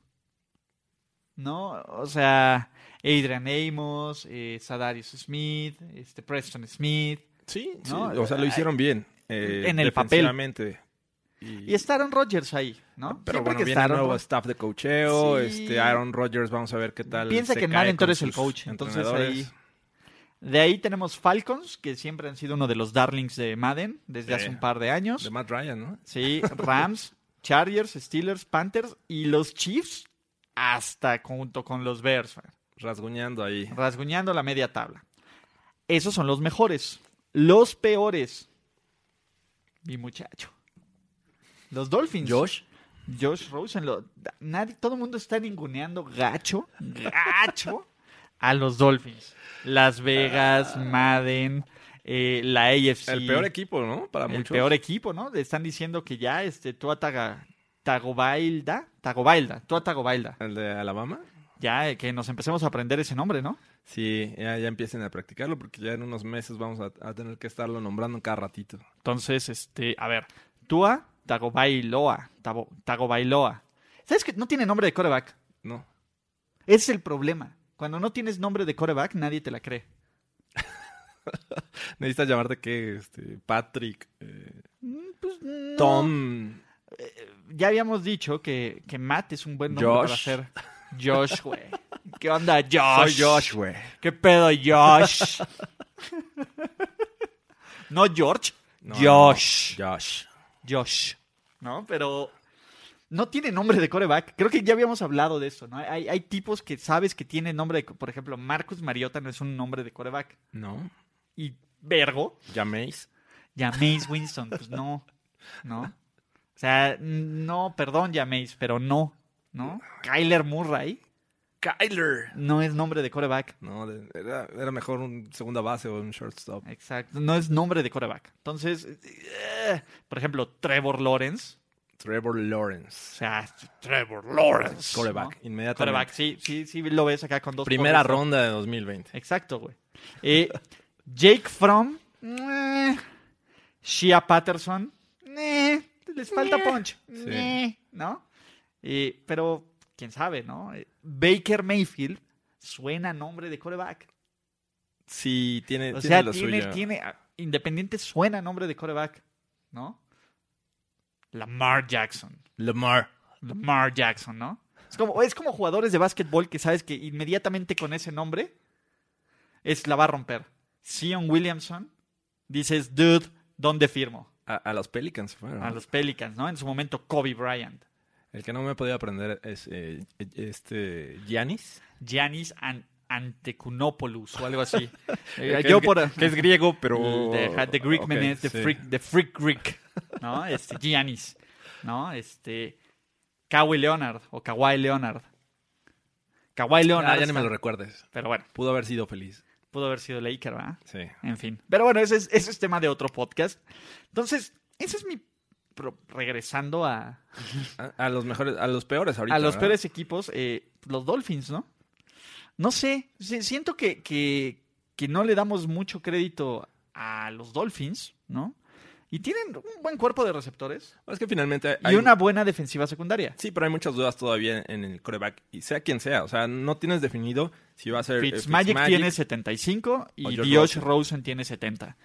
Speaker 1: ¿No? O sea, Adrian Amos, eh, Zadarius Smith, este Preston Smith.
Speaker 2: Sí, sí.
Speaker 1: No,
Speaker 2: o sea, lo
Speaker 1: eh,
Speaker 2: hicieron bien. eh,
Speaker 1: en el papel.
Speaker 2: defensivamente. Y,
Speaker 1: Y está Aaron Rodgers ahí, ¿no?
Speaker 2: pero
Speaker 1: Siempre
Speaker 2: bueno,
Speaker 1: que está
Speaker 2: viene el
Speaker 1: Aaron
Speaker 2: nuevo
Speaker 1: Rodgers.
Speaker 2: staff de cocheo.
Speaker 1: Sí.
Speaker 2: Este Aaron Rodgers, vamos a ver qué tal.
Speaker 1: Piensa
Speaker 2: se
Speaker 1: que
Speaker 2: cae
Speaker 1: Marentor
Speaker 2: con
Speaker 1: es el
Speaker 2: sus
Speaker 1: coach, entonces ahí...
Speaker 2: entrenadores.
Speaker 1: De ahí tenemos Falcons, que siempre han sido uno de los darlings de Madden desde
Speaker 2: Sí.
Speaker 1: hace un par de años.
Speaker 2: De Matt Ryan, ¿no?
Speaker 1: Sí, Rams, Chargers, Steelers, Panthers y los Chiefs hasta junto con los Bears, man.
Speaker 2: Rasguñando ahí.
Speaker 1: rasguñando la media tabla. Esos son los mejores. Los peores. Mi muchacho. Los Dolphins. Josh Rosen. lo- nadie, todo el mundo está ninguneando gacho, gacho a los Dolphins. Las Vegas, Madden, eh, la AFC.
Speaker 2: Ah. El peor equipo, ¿no? Para
Speaker 1: El
Speaker 2: muchos.
Speaker 1: peor equipo, ¿no? Le Están diciendo que ya este Tua Taga- Tagobailda, Tagobailda, Tua Tagobailda.
Speaker 2: ¿El de Alabama?
Speaker 1: Ya eh, que nos empecemos a aprender ese nombre, ¿no?
Speaker 2: Sí, ya, ya empiecen a practicarlo porque ya en unos meses vamos a, a tener que estarlo nombrando cada ratito.
Speaker 1: Entonces, este, a ver, Tua Tagovailoa, Tabo- Tagovailoa. ¿Sabes que no tiene nombre de coreback?
Speaker 2: No.
Speaker 1: Ese es el problema. Cuando no tienes nombre de coreback, nadie te la cree.
Speaker 2: Necesitas llamarte qué, este, Patrick, eh,
Speaker 1: Pues, no.
Speaker 2: Tom.
Speaker 1: Ya habíamos dicho que, que Matt es un buen nombre para
Speaker 2: Josh.
Speaker 1: hacer Josh, güey. ¿Qué onda, Josh?
Speaker 2: Soy Josh, güey.
Speaker 1: ¿Qué pedo, Josh? no George,
Speaker 2: No,
Speaker 1: Josh.
Speaker 2: no, Josh.
Speaker 1: Josh. ¿No? Pero no tiene nombre de coreback. Creo que ya habíamos hablado de esto, ¿no? Hay, hay tipos que sabes que tienen nombre de... co- Por ejemplo, Marcus Mariota no es un nombre de coreback.
Speaker 2: No.
Speaker 1: Y Vergo,
Speaker 2: Jameis.
Speaker 1: Jameis Winston, pues no, ¿no? O sea, no, perdón, Jameis, pero no, ¿no? Kyler Murray
Speaker 3: Kyler.
Speaker 1: no es nombre de coreback.
Speaker 2: No, de- era, era mejor un segunda base o un shortstop.
Speaker 1: Exacto, no es nombre de coreback. Entonces, eh, por ejemplo, Trevor Lawrence.
Speaker 2: Trevor
Speaker 1: O
Speaker 2: Lawrence.
Speaker 1: sea,
Speaker 3: Trevor Lawrence.
Speaker 2: Coreback, inmediatamente.
Speaker 1: coreback, Pues, sí, sí, sí, lo ves acá con dos.
Speaker 2: Primera
Speaker 1: corners.
Speaker 2: ronda de 2020.
Speaker 1: Exacto, güey. Eh, Jake Fromm. eh, Shea Patterson. eh, les falta punch. eh, ¿No? Eh, pero, quién sabe, ¿no? Eh, Baker Mayfield suena a nombre de coreback.
Speaker 2: Sí, Eh, tiene,
Speaker 1: O
Speaker 2: tiene
Speaker 1: sea,
Speaker 2: lo
Speaker 1: tiene,
Speaker 2: suyo.
Speaker 1: tiene- ah, Independiente suena a nombre de coreback, ¿no? Lamar Jackson.
Speaker 2: Lamar.
Speaker 1: Lamar Jackson, ¿no? Es como, es como jugadores de básquetbol que sabes que inmediatamente con ese nombre es la va a romper. Zion Williamson, dices, dude, ¿dónde firmo?
Speaker 2: A, a los Pelicans fueron.
Speaker 1: A los Pelicans, ¿no? En su momento Kobe Bryant.
Speaker 2: El que no me podía aprender es eh, e-, este Giannis.
Speaker 1: Giannis An- Antecunopoulos o algo así. Eh,
Speaker 2: Que
Speaker 1: yo
Speaker 2: es-
Speaker 1: por...
Speaker 2: Que es griego, pero...
Speaker 1: The, the Greek
Speaker 2: Ok,
Speaker 1: Menace, the,
Speaker 2: sí.
Speaker 1: freak, the Freak Greek, ¿no? Este, Giannis, ¿no? Este, Kawhi Leonard o Kawhi Leonard. Kawhi Leonard.
Speaker 2: Ah, ya ni
Speaker 1: está-
Speaker 2: me lo recuerdes.
Speaker 1: Pero bueno,
Speaker 2: Pudo haber sido feliz.
Speaker 1: pudo haber sido Laker, ¿verdad?
Speaker 2: Sí.
Speaker 1: En fin. Pero bueno, ese es, ese es tema de otro podcast. Entonces, ese es mi... pro- regresando a,
Speaker 2: A, a los mejores, a los peores ahorita.
Speaker 1: a los
Speaker 2: ¿verdad?
Speaker 1: peores equipos, eh, los Dolphins, ¿no? No sé, si- siento que, que- que no le damos mucho crédito a los Dolphins, ¿no? Y tienen un buen cuerpo de receptores
Speaker 2: Es que finalmente
Speaker 1: y una buena defensiva secundaria.
Speaker 2: Sí, pero hay muchas dudas todavía en el coreback, y sea quien sea. O sea, no tienes definido si va a ser. eh, Oh,
Speaker 1: Fitzmagic
Speaker 2: Fitzmagic.
Speaker 1: tiene 75
Speaker 2: O
Speaker 1: y
Speaker 2: Josh
Speaker 1: Josh
Speaker 2: Rosen.
Speaker 1: Rosen tiene 70.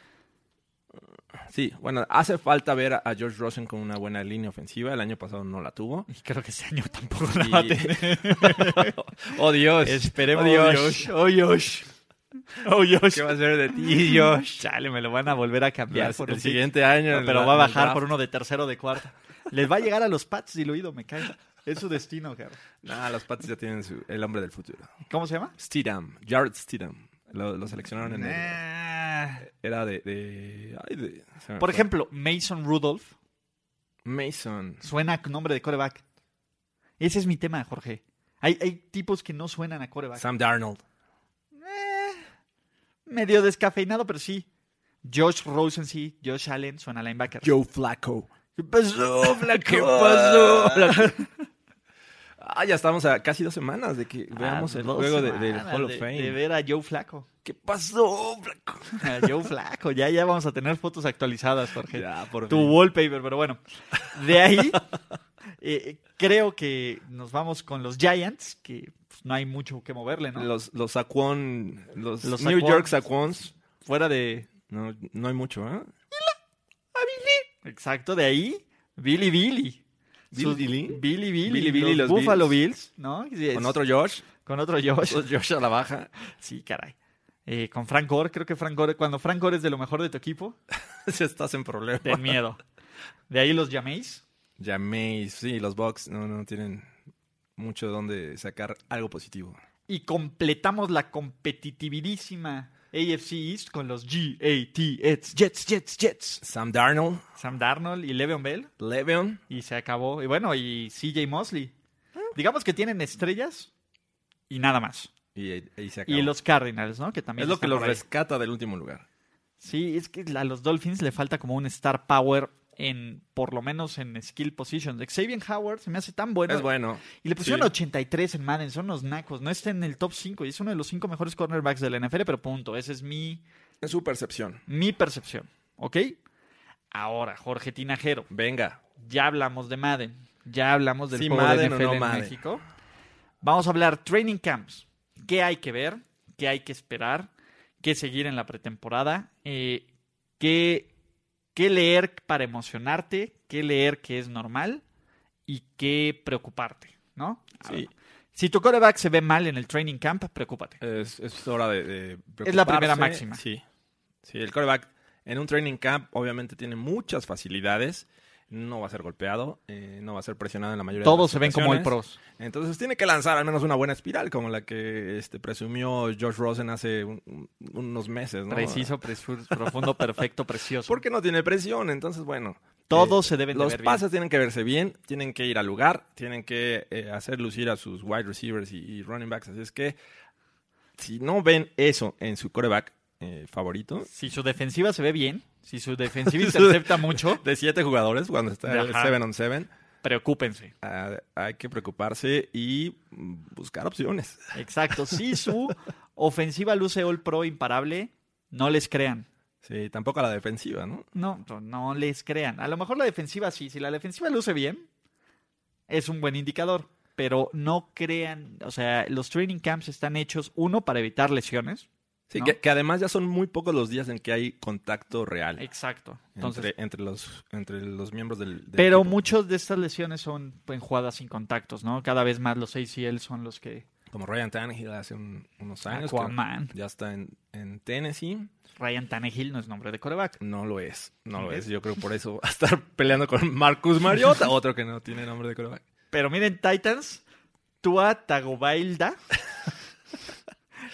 Speaker 2: Sí, bueno, hace falta ver a, a George Rosen con una buena línea ofensiva. El año pasado no la tuvo.
Speaker 1: Y creo que este año tampoco la va a
Speaker 2: Y-
Speaker 1: tener.
Speaker 2: oh, Dios.
Speaker 1: Esperemos.
Speaker 2: Oh, Dios.
Speaker 1: Oh, Josh. Oh, Josh.
Speaker 2: ¿Qué va a ser de ti,
Speaker 1: Y
Speaker 2: Josh?
Speaker 1: Josh. Chale, me lo van a volver a cambiar
Speaker 2: Las-
Speaker 1: por
Speaker 2: el
Speaker 1: un pick.
Speaker 2: siguiente año.
Speaker 1: No,
Speaker 2: en
Speaker 1: pero
Speaker 2: la-
Speaker 1: va a
Speaker 2: en el
Speaker 1: bajar
Speaker 2: draft.
Speaker 1: por uno de tercero o de cuarta. Les va a llegar a los Pats diluido, me cae. Es su destino, cabrón.
Speaker 2: Nah, los Pats ya tienen su- el hombre del futuro.
Speaker 1: ¿Cómo se llama?
Speaker 2: Steedham, Jared Steedham. Lo, lo seleccionaron en el.
Speaker 1: Nah.
Speaker 2: Era de. de- ay, de- se me
Speaker 1: Por
Speaker 2: fue.
Speaker 1: ejemplo, Mason Rudolph
Speaker 2: Mason.
Speaker 1: suena a nombre de coreback. Ese es mi tema, Jorge. Hay, hay tipos que no suenan a coreback.
Speaker 2: Sam Darnold.
Speaker 1: Medio descafeinado, pero sí. Josh Rosen sí, Josh Allen suena a linebacker.
Speaker 2: Joe Flacco.
Speaker 1: ¿Qué pasó, Flaco?
Speaker 2: ¿Qué pasó? Ah, ya estamos a casi dos semanas de que veamos
Speaker 1: Ah,
Speaker 2: el
Speaker 1: dos
Speaker 2: juego de- del
Speaker 1: semanas
Speaker 2: Hall of
Speaker 1: de-
Speaker 2: Fame.
Speaker 1: De ver a Joe Flaco.
Speaker 2: ¿Qué pasó, Flaco?
Speaker 1: A Joe Flaco. Ya, ya vamos a tener fotos actualizadas, Jorge.
Speaker 2: Ya, por
Speaker 1: tu wallpaper, pero bueno. De ahí, eh, creo que nos vamos con los Giants, que pues, no hay mucho que moverle, ¿no?
Speaker 2: Los, los Saquon, los,
Speaker 1: Los
Speaker 2: New
Speaker 1: Saquon.
Speaker 2: York Saquons,
Speaker 1: Fuera de.
Speaker 2: no, no hay mucho, ¿eh?
Speaker 1: Exacto, de ahí, Billy Billy.
Speaker 2: Billy
Speaker 1: Sus-
Speaker 2: Billy.
Speaker 1: Billy Billy.
Speaker 2: Billy Billy,
Speaker 1: los
Speaker 2: los
Speaker 1: Buffalo Bills,
Speaker 2: Bills.
Speaker 1: ¿no? Sí, es-
Speaker 2: Con otro Josh,
Speaker 1: con otro Josh.
Speaker 2: otro Josh a la baja.
Speaker 1: Sí, caray. Eh, con Frank Gore, creo que Frank Gore, cuando Frank Gore es de lo mejor de tu equipo,
Speaker 2: Si estás en problema.
Speaker 1: ten miedo. De ahí los llaméis.
Speaker 2: Jameis, sí, los Bucks no, no tienen mucho de dónde sacar algo positivo.
Speaker 1: y completamos la competitividísima AFC East con los GAT Jets, Jets, Jets, Jets.
Speaker 2: Sam Darnold,
Speaker 1: Sam Darnold y Le'Veon Bell
Speaker 2: Le'Veon,
Speaker 1: y se acabó. Y bueno, y CJ Mosley. Digamos que tienen estrellas y nada más.
Speaker 2: y, y se acabó.
Speaker 1: Y los Cardinals, ¿no? Que también
Speaker 2: es lo
Speaker 1: están
Speaker 2: que los
Speaker 1: por ahí.
Speaker 2: rescata del último lugar.
Speaker 1: Sí, es que a los Dolphins le falta como un star power en por lo menos en skill positions. Xavier Howard se me hace tan bueno.
Speaker 2: es bueno. eh,
Speaker 1: Y le pusieron
Speaker 2: Sí.
Speaker 1: 83 en Madden, son unos nacos. No está en el top 5 y es uno de los 5 mejores cornerbacks de la NFL, pero punto. Esa es mi,
Speaker 2: Es su percepción.
Speaker 1: mi percepción, ¿ok? Ahora, Jorge Tinajero,
Speaker 2: Venga,
Speaker 1: ya hablamos de Madden, ya hablamos del
Speaker 2: Sí,
Speaker 1: juego
Speaker 2: Madden
Speaker 1: de
Speaker 2: o
Speaker 1: NFL
Speaker 2: no
Speaker 1: en
Speaker 2: Madden.
Speaker 1: México. Vamos a hablar training camps. ¿Qué hay que ver? ¿Qué hay que esperar? ¿Qué seguir en la pretemporada? Eh, ¿qué, ¿Qué leer para emocionarte? ¿Qué leer que es normal? ¿Y qué preocuparte? ¿No?
Speaker 2: Sí.
Speaker 1: Si tu coreback se ve mal en el training camp, preocúpate.
Speaker 2: Es, es hora de, de
Speaker 1: Es la primera
Speaker 2: preocuparse.
Speaker 1: máxima.
Speaker 2: Sí. Sí, el coreback en un training camp obviamente tiene muchas facilidades. No va a ser golpeado, eh, no va a ser presionado en la mayoría
Speaker 1: Todos
Speaker 2: de las
Speaker 1: se ven como el
Speaker 2: situaciones.
Speaker 1: pros.
Speaker 2: Entonces tiene que lanzar al menos una buena espiral, como la que este, presumió Josh Rosen hace un- un- unos meses. ¿no?
Speaker 1: Preciso, presu- profundo, perfecto, precioso.
Speaker 2: Porque no tiene presión, entonces bueno.
Speaker 1: Todos
Speaker 2: eh,
Speaker 1: se deben de
Speaker 2: Los
Speaker 1: ver bien.
Speaker 2: pases tienen que verse bien, tienen que ir al lugar, tienen que eh, hacer lucir a sus wide receivers y, y running backs. Así es que si no ven eso en su coreback eh, favorito,
Speaker 1: Si su defensiva se ve bien, si su defensiva
Speaker 2: Su-
Speaker 1: intercepta mucho,
Speaker 2: de siete jugadores, cuando está el
Speaker 1: Ajá.
Speaker 2: 7 on 7,
Speaker 1: preocúpense.
Speaker 2: hay que preocuparse y mm, buscar opciones.
Speaker 1: Exacto. Si su ofensiva luce All Pro imparable, no les crean.
Speaker 2: Sí, tampoco a la defensiva, ¿no?
Speaker 1: No, no, no les crean. A lo mejor la defensiva sí. Si la defensiva luce bien, es un buen indicador. Pero no crean, o sea, los training camps están hechos, uno, para evitar lesiones.
Speaker 2: Sí,
Speaker 1: ¿No?
Speaker 2: que, que además ya son muy pocos los días en que hay contacto real
Speaker 1: Exacto. Entonces,
Speaker 2: entre, entre, los, entre los miembros del, del
Speaker 1: Pero
Speaker 2: equipo,
Speaker 1: muchas de estas lesiones son en jugadas sin contactos, ¿no? Cada vez más los ACL son los que...
Speaker 2: Como Ryan Tannehill hace un- unos años. Ah, que-
Speaker 1: Aquaman.
Speaker 2: Ya está en, en Tennessee.
Speaker 1: Ryan Tannehill no es nombre de coreback.
Speaker 2: No lo es. No lo
Speaker 1: Ok.
Speaker 2: es. Yo creo por eso va a estar peleando con Marcus Mariota, otro que no tiene nombre de coreback.
Speaker 1: Pero miren, Titans, Tua Tagobailda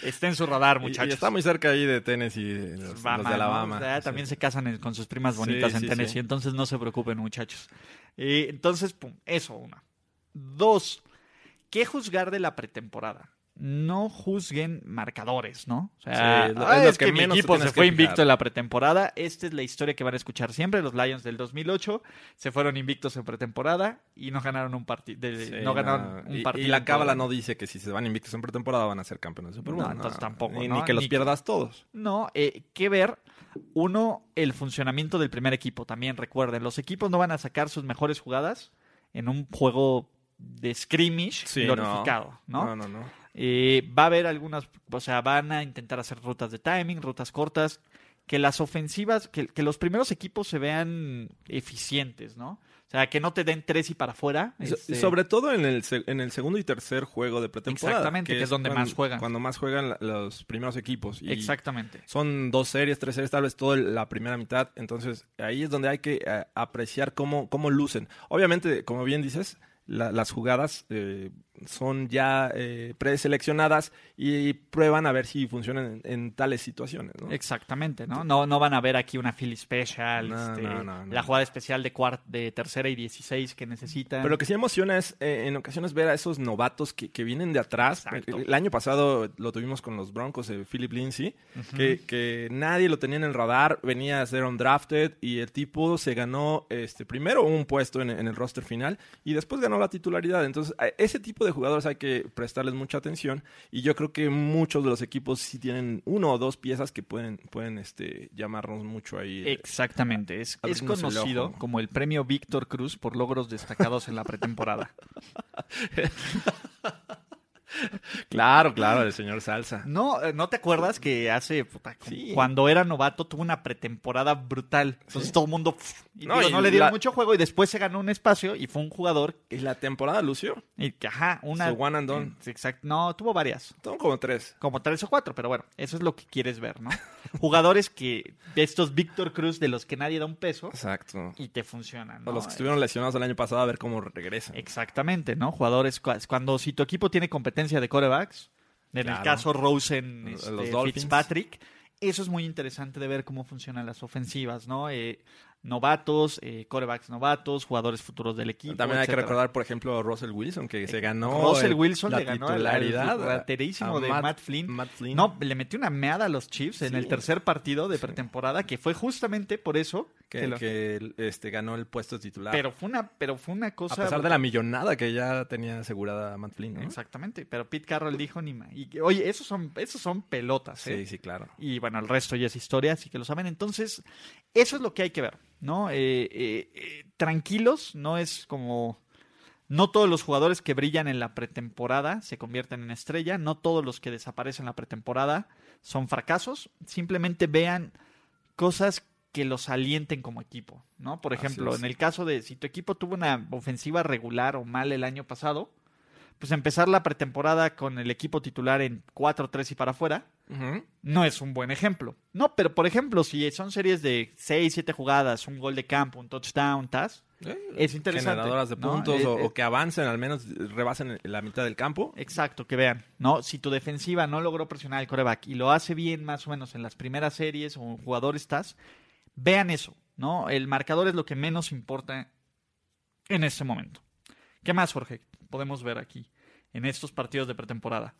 Speaker 1: Está en su radar,
Speaker 2: Y-
Speaker 1: muchachos.
Speaker 2: Y está muy cerca ahí de Tennessee, los,
Speaker 1: Bama,
Speaker 2: los de
Speaker 1: ¿no?
Speaker 2: Alabama.
Speaker 1: O sea, también se casan en- con sus primas
Speaker 2: Sí,
Speaker 1: bonitas en
Speaker 2: sí,
Speaker 1: Tennessee,
Speaker 2: sí.
Speaker 1: entonces no se preocupen, muchachos. Eh, entonces, pum, eso, una. Dos, ¿qué juzgar de la pretemporada? No juzguen marcadores, ¿no? O sea,
Speaker 2: Sí, es lo-
Speaker 1: "Ay,
Speaker 2: es lo
Speaker 1: es que,
Speaker 2: que
Speaker 1: mi
Speaker 2: menos te
Speaker 1: equipo se
Speaker 2: tienes que
Speaker 1: fue
Speaker 2: fijar".
Speaker 1: invicto en la pretemporada. Esta es la historia que van a escuchar siempre. Los Lions del 2008 se fueron invictos en pretemporada y no ganaron un partido.
Speaker 2: Sí,
Speaker 1: no ganaron
Speaker 2: no.
Speaker 1: un
Speaker 2: Y-
Speaker 1: partido.
Speaker 2: Y, la
Speaker 1: en
Speaker 2: cábala
Speaker 1: todo.
Speaker 2: no dice que si se van invictos en pretemporada van a ser campeones de Super
Speaker 1: No,
Speaker 2: Bowl.
Speaker 1: entonces tampoco,
Speaker 2: Ni,
Speaker 1: ¿no?
Speaker 2: ni que los
Speaker 1: Ni-
Speaker 2: pierdas todos.
Speaker 1: No, eh, que ver, uno, el funcionamiento del primer equipo. También recuerden, los equipos no van a sacar sus mejores jugadas en un juego de scrimmage
Speaker 2: Sí,
Speaker 1: glorificado, ¿no?
Speaker 2: no, no.
Speaker 1: Eh, va a haber algunas, o sea, van a intentar hacer rutas de timing, rutas cortas, que las ofensivas, que, que los primeros equipos se vean eficientes, ¿no? O sea, que no te den tres y para afuera.
Speaker 2: So-
Speaker 1: este,
Speaker 2: Sobre todo en el, se- en el segundo y tercer juego de pretemporada.
Speaker 1: Exactamente, que es donde
Speaker 2: cuando-
Speaker 1: más juegan.
Speaker 2: Cuando más juegan la- los primeros equipos. Y
Speaker 1: Exactamente.
Speaker 2: Son dos series, tres series, tal vez toda la primera mitad. Entonces ahí es donde hay que eh, apreciar cómo, cómo lucen. Obviamente, como bien dices, la- las jugadas eh, son ya eh, preseleccionadas y prueban a ver si funcionan en, en tales situaciones. ¿no?
Speaker 1: Exactamente, ¿no? No, no van a ver aquí una Philly Special,
Speaker 2: No,
Speaker 1: este,
Speaker 2: no, no, no.
Speaker 1: la jugada especial de, cuart- de tercera y 16 que necesitan.
Speaker 2: Pero lo que sí emociona es eh, en ocasiones ver a esos novatos que, que vienen de atrás.
Speaker 1: Exacto.
Speaker 2: El, el año pasado lo tuvimos con los Broncos, de Philip Lindsay,
Speaker 1: Ujú.
Speaker 2: que, que nadie lo tenía en el radar, venía a ser undrafted y el tipo se ganó este primero un puesto en, en el roster final y después ganó la titularidad. Entonces, a ese tipo de jugadores hay que prestarles mucha atención y yo creo que muchos de los equipos sí tienen uno o dos piezas que pueden, pueden este, llamarnos mucho ahí. eh,
Speaker 1: Exactamente, es, es
Speaker 2: abrirnos el
Speaker 1: conocido
Speaker 2: ojo.
Speaker 1: como el premio Víctor Cruz por logros destacados en la pretemporada.
Speaker 2: Claro, claro, el señor Salsa.
Speaker 1: No, eh, ¿no te acuerdas que hace puta,
Speaker 2: Sí.
Speaker 1: cuando era novato tuvo una pretemporada brutal? Entonces todo el mundo pf, y digo,
Speaker 2: No,
Speaker 1: no,
Speaker 2: y
Speaker 1: le dieron
Speaker 2: la-
Speaker 1: mucho juego y después se ganó un espacio y fue un jugador
Speaker 2: ¿Y la temporada lució?
Speaker 1: y que ajá, una
Speaker 2: Su one and done.
Speaker 1: Exacto, no, tuvo varias.
Speaker 2: Son como tres.
Speaker 1: como tres o cuatro, pero bueno, eso es lo que quieres ver, ¿no? Jugadores que, de estos Víctor Cruz, de los que nadie da un peso,
Speaker 2: Exacto.
Speaker 1: y te funcionan,
Speaker 2: O
Speaker 1: ¿no?
Speaker 2: los que estuvieron lesionados el año pasado a ver cómo regresan.
Speaker 1: Exactamente, ¿no? Jugadores, cua- cuando si tu equipo tiene competencia de corebacks, en el
Speaker 2: Claro.
Speaker 1: caso Rosen,
Speaker 2: Los
Speaker 1: este,
Speaker 2: Dolphins.
Speaker 1: Fitzpatrick, eso es muy interesante de ver cómo funcionan las ofensivas, ¿no? Eh, novatos, eh, corebacks novatos, jugadores futuros del equipo.
Speaker 2: También hay que
Speaker 1: etcétera. Eh,
Speaker 2: recordar, por ejemplo, a Russell Wilson, que se ganó
Speaker 1: Russell
Speaker 2: el-
Speaker 1: Wilson
Speaker 2: la
Speaker 1: le ganó al- al
Speaker 2: titularidad a-
Speaker 1: raterísimo
Speaker 2: a
Speaker 1: de Matt Flynn.
Speaker 2: Matt Flynn.
Speaker 1: No, le metió una meada a los Chiefs en
Speaker 2: Sí.
Speaker 1: el tercer partido de pretemporada, que fue justamente por eso
Speaker 2: que,
Speaker 1: que lo-
Speaker 2: que, este, ganó el puesto titular.
Speaker 1: Pero fue una, pero fue una cosa.
Speaker 2: a pesar de la millonada que ya tenía asegurada Matt Flynn, ¿no?
Speaker 1: Exactamente. Pero Pete Carroll dijo ni ma- y que, oye, esos son, esos son pelotas, ¿eh?
Speaker 2: Sí, sí, claro.
Speaker 1: Y bueno, el resto ya es historia, así que lo saben. Entonces, eso es lo que hay que ver, ¿no? Eh, eh, eh, tranquilos, no es como. No todos los jugadores que brillan en la pretemporada se convierten en estrella, no todos los que desaparecen en la pretemporada son fracasos. Simplemente vean cosas que los alienten como equipo, ¿no? Por
Speaker 2: Así
Speaker 1: ejemplo,
Speaker 2: es.
Speaker 1: en el caso de si tu equipo tuvo una ofensiva regular o mal el año pasado, pues empezar la pretemporada con el equipo titular en 4-3 y para afuera, no es un buen ejemplo. No, pero por ejemplo, si son series de 6, 7 jugadas, un gol de campo, un touchdown, tas, es interesante.
Speaker 2: Eh, Generadoras de
Speaker 1: ¿no?
Speaker 2: puntos
Speaker 1: Eh,
Speaker 2: o,
Speaker 1: eh,
Speaker 2: o que avancen, al menos rebasen la mitad del campo.
Speaker 1: Exacto, que vean, ¿no? Si tu defensiva no logró presionar al coreback y lo hace bien más o menos en las primeras series o un jugador estás, vean eso, ¿no? El marcador es lo que menos importa en este momento. ¿Qué más, Jorge? Podemos ver aquí en estos partidos de pretemporada.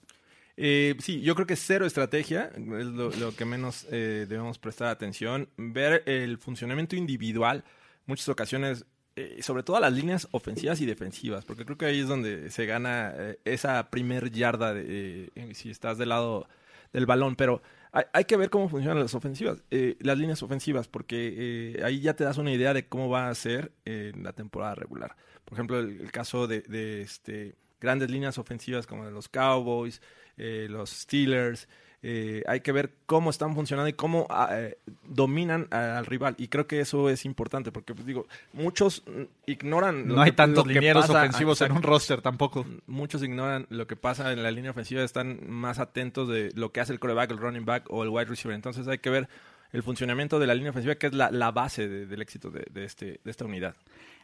Speaker 2: Eh, sí, yo creo que cero estrategia es lo, lo que menos eh, debemos prestar atención. Ver el funcionamiento individual, muchas ocasiones, eh, sobre todo a las líneas ofensivas y defensivas, porque creo que ahí es donde se gana eh, esa primer yarda de, eh, si estás del lado del balón, pero hay, hay que ver cómo funcionan las ofensivas, eh, las líneas ofensivas, porque eh, ahí ya te das una idea de cómo va a ser eh, la temporada regular. Por ejemplo, el, el caso de, de, este, grandes líneas ofensivas como de los Cowboys, eh, los Steelers. eh, hay que ver cómo están funcionando y cómo ah, eh, dominan a- al rival. Y creo que eso es importante porque, pues, digo, muchos mm, ignoran. lo
Speaker 1: No hay
Speaker 2: que-
Speaker 1: tantos
Speaker 2: lo que
Speaker 1: linieros
Speaker 2: pasa-
Speaker 1: ofensivos en un roster tampoco.
Speaker 2: muchos ignoran lo que pasa en la línea ofensiva, están más atentos de lo que hace el coreback, el running back o el wide receiver. Entonces hay que ver el funcionamiento de la línea ofensiva, que es la, la base de- del éxito de, de este, de esta unidad.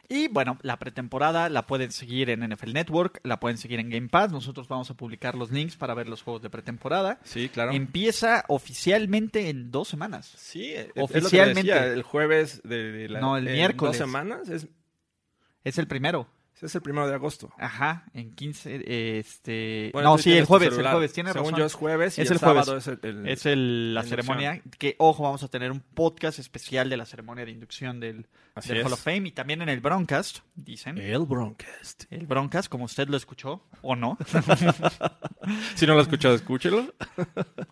Speaker 1: Y bueno, la pretemporada la pueden seguir en NFL Network, la pueden seguir en Game Pass. Nosotros vamos a publicar los links para ver los juegos de pretemporada.
Speaker 2: Sí, claro.
Speaker 1: Em, Empieza oficialmente en dos semanas.
Speaker 2: Sí,
Speaker 1: Oficialmente.
Speaker 2: oficialmente. el jueves de, de la.
Speaker 1: No, el
Speaker 2: en
Speaker 1: miércoles.
Speaker 2: Dos semanas, es,
Speaker 1: Es el primero.
Speaker 2: es el primero de agosto.
Speaker 1: Ajá, en 15. eh, Este...
Speaker 2: Bueno,
Speaker 1: no,
Speaker 2: estoy
Speaker 1: sí, el
Speaker 2: viendo
Speaker 1: jueves,
Speaker 2: tu
Speaker 1: el
Speaker 2: celular.
Speaker 1: jueves. Tienes
Speaker 2: Según
Speaker 1: razón.
Speaker 2: yo es jueves y
Speaker 1: Es
Speaker 2: el,
Speaker 1: el jueves.
Speaker 2: sábado es el, el-
Speaker 1: Es el- la
Speaker 2: Inducción.
Speaker 1: ceremonia. Que, ojo, vamos a tener un podcast especial de la ceremonia de inducción del,
Speaker 2: Así
Speaker 1: del
Speaker 2: es. Eh.
Speaker 1: Hall of Fame y también en el Broncast, dicen.
Speaker 2: El Broncast.
Speaker 1: El Broncast, como usted lo escuchó, o no,
Speaker 2: Si no lo has escuchado, escúchelo.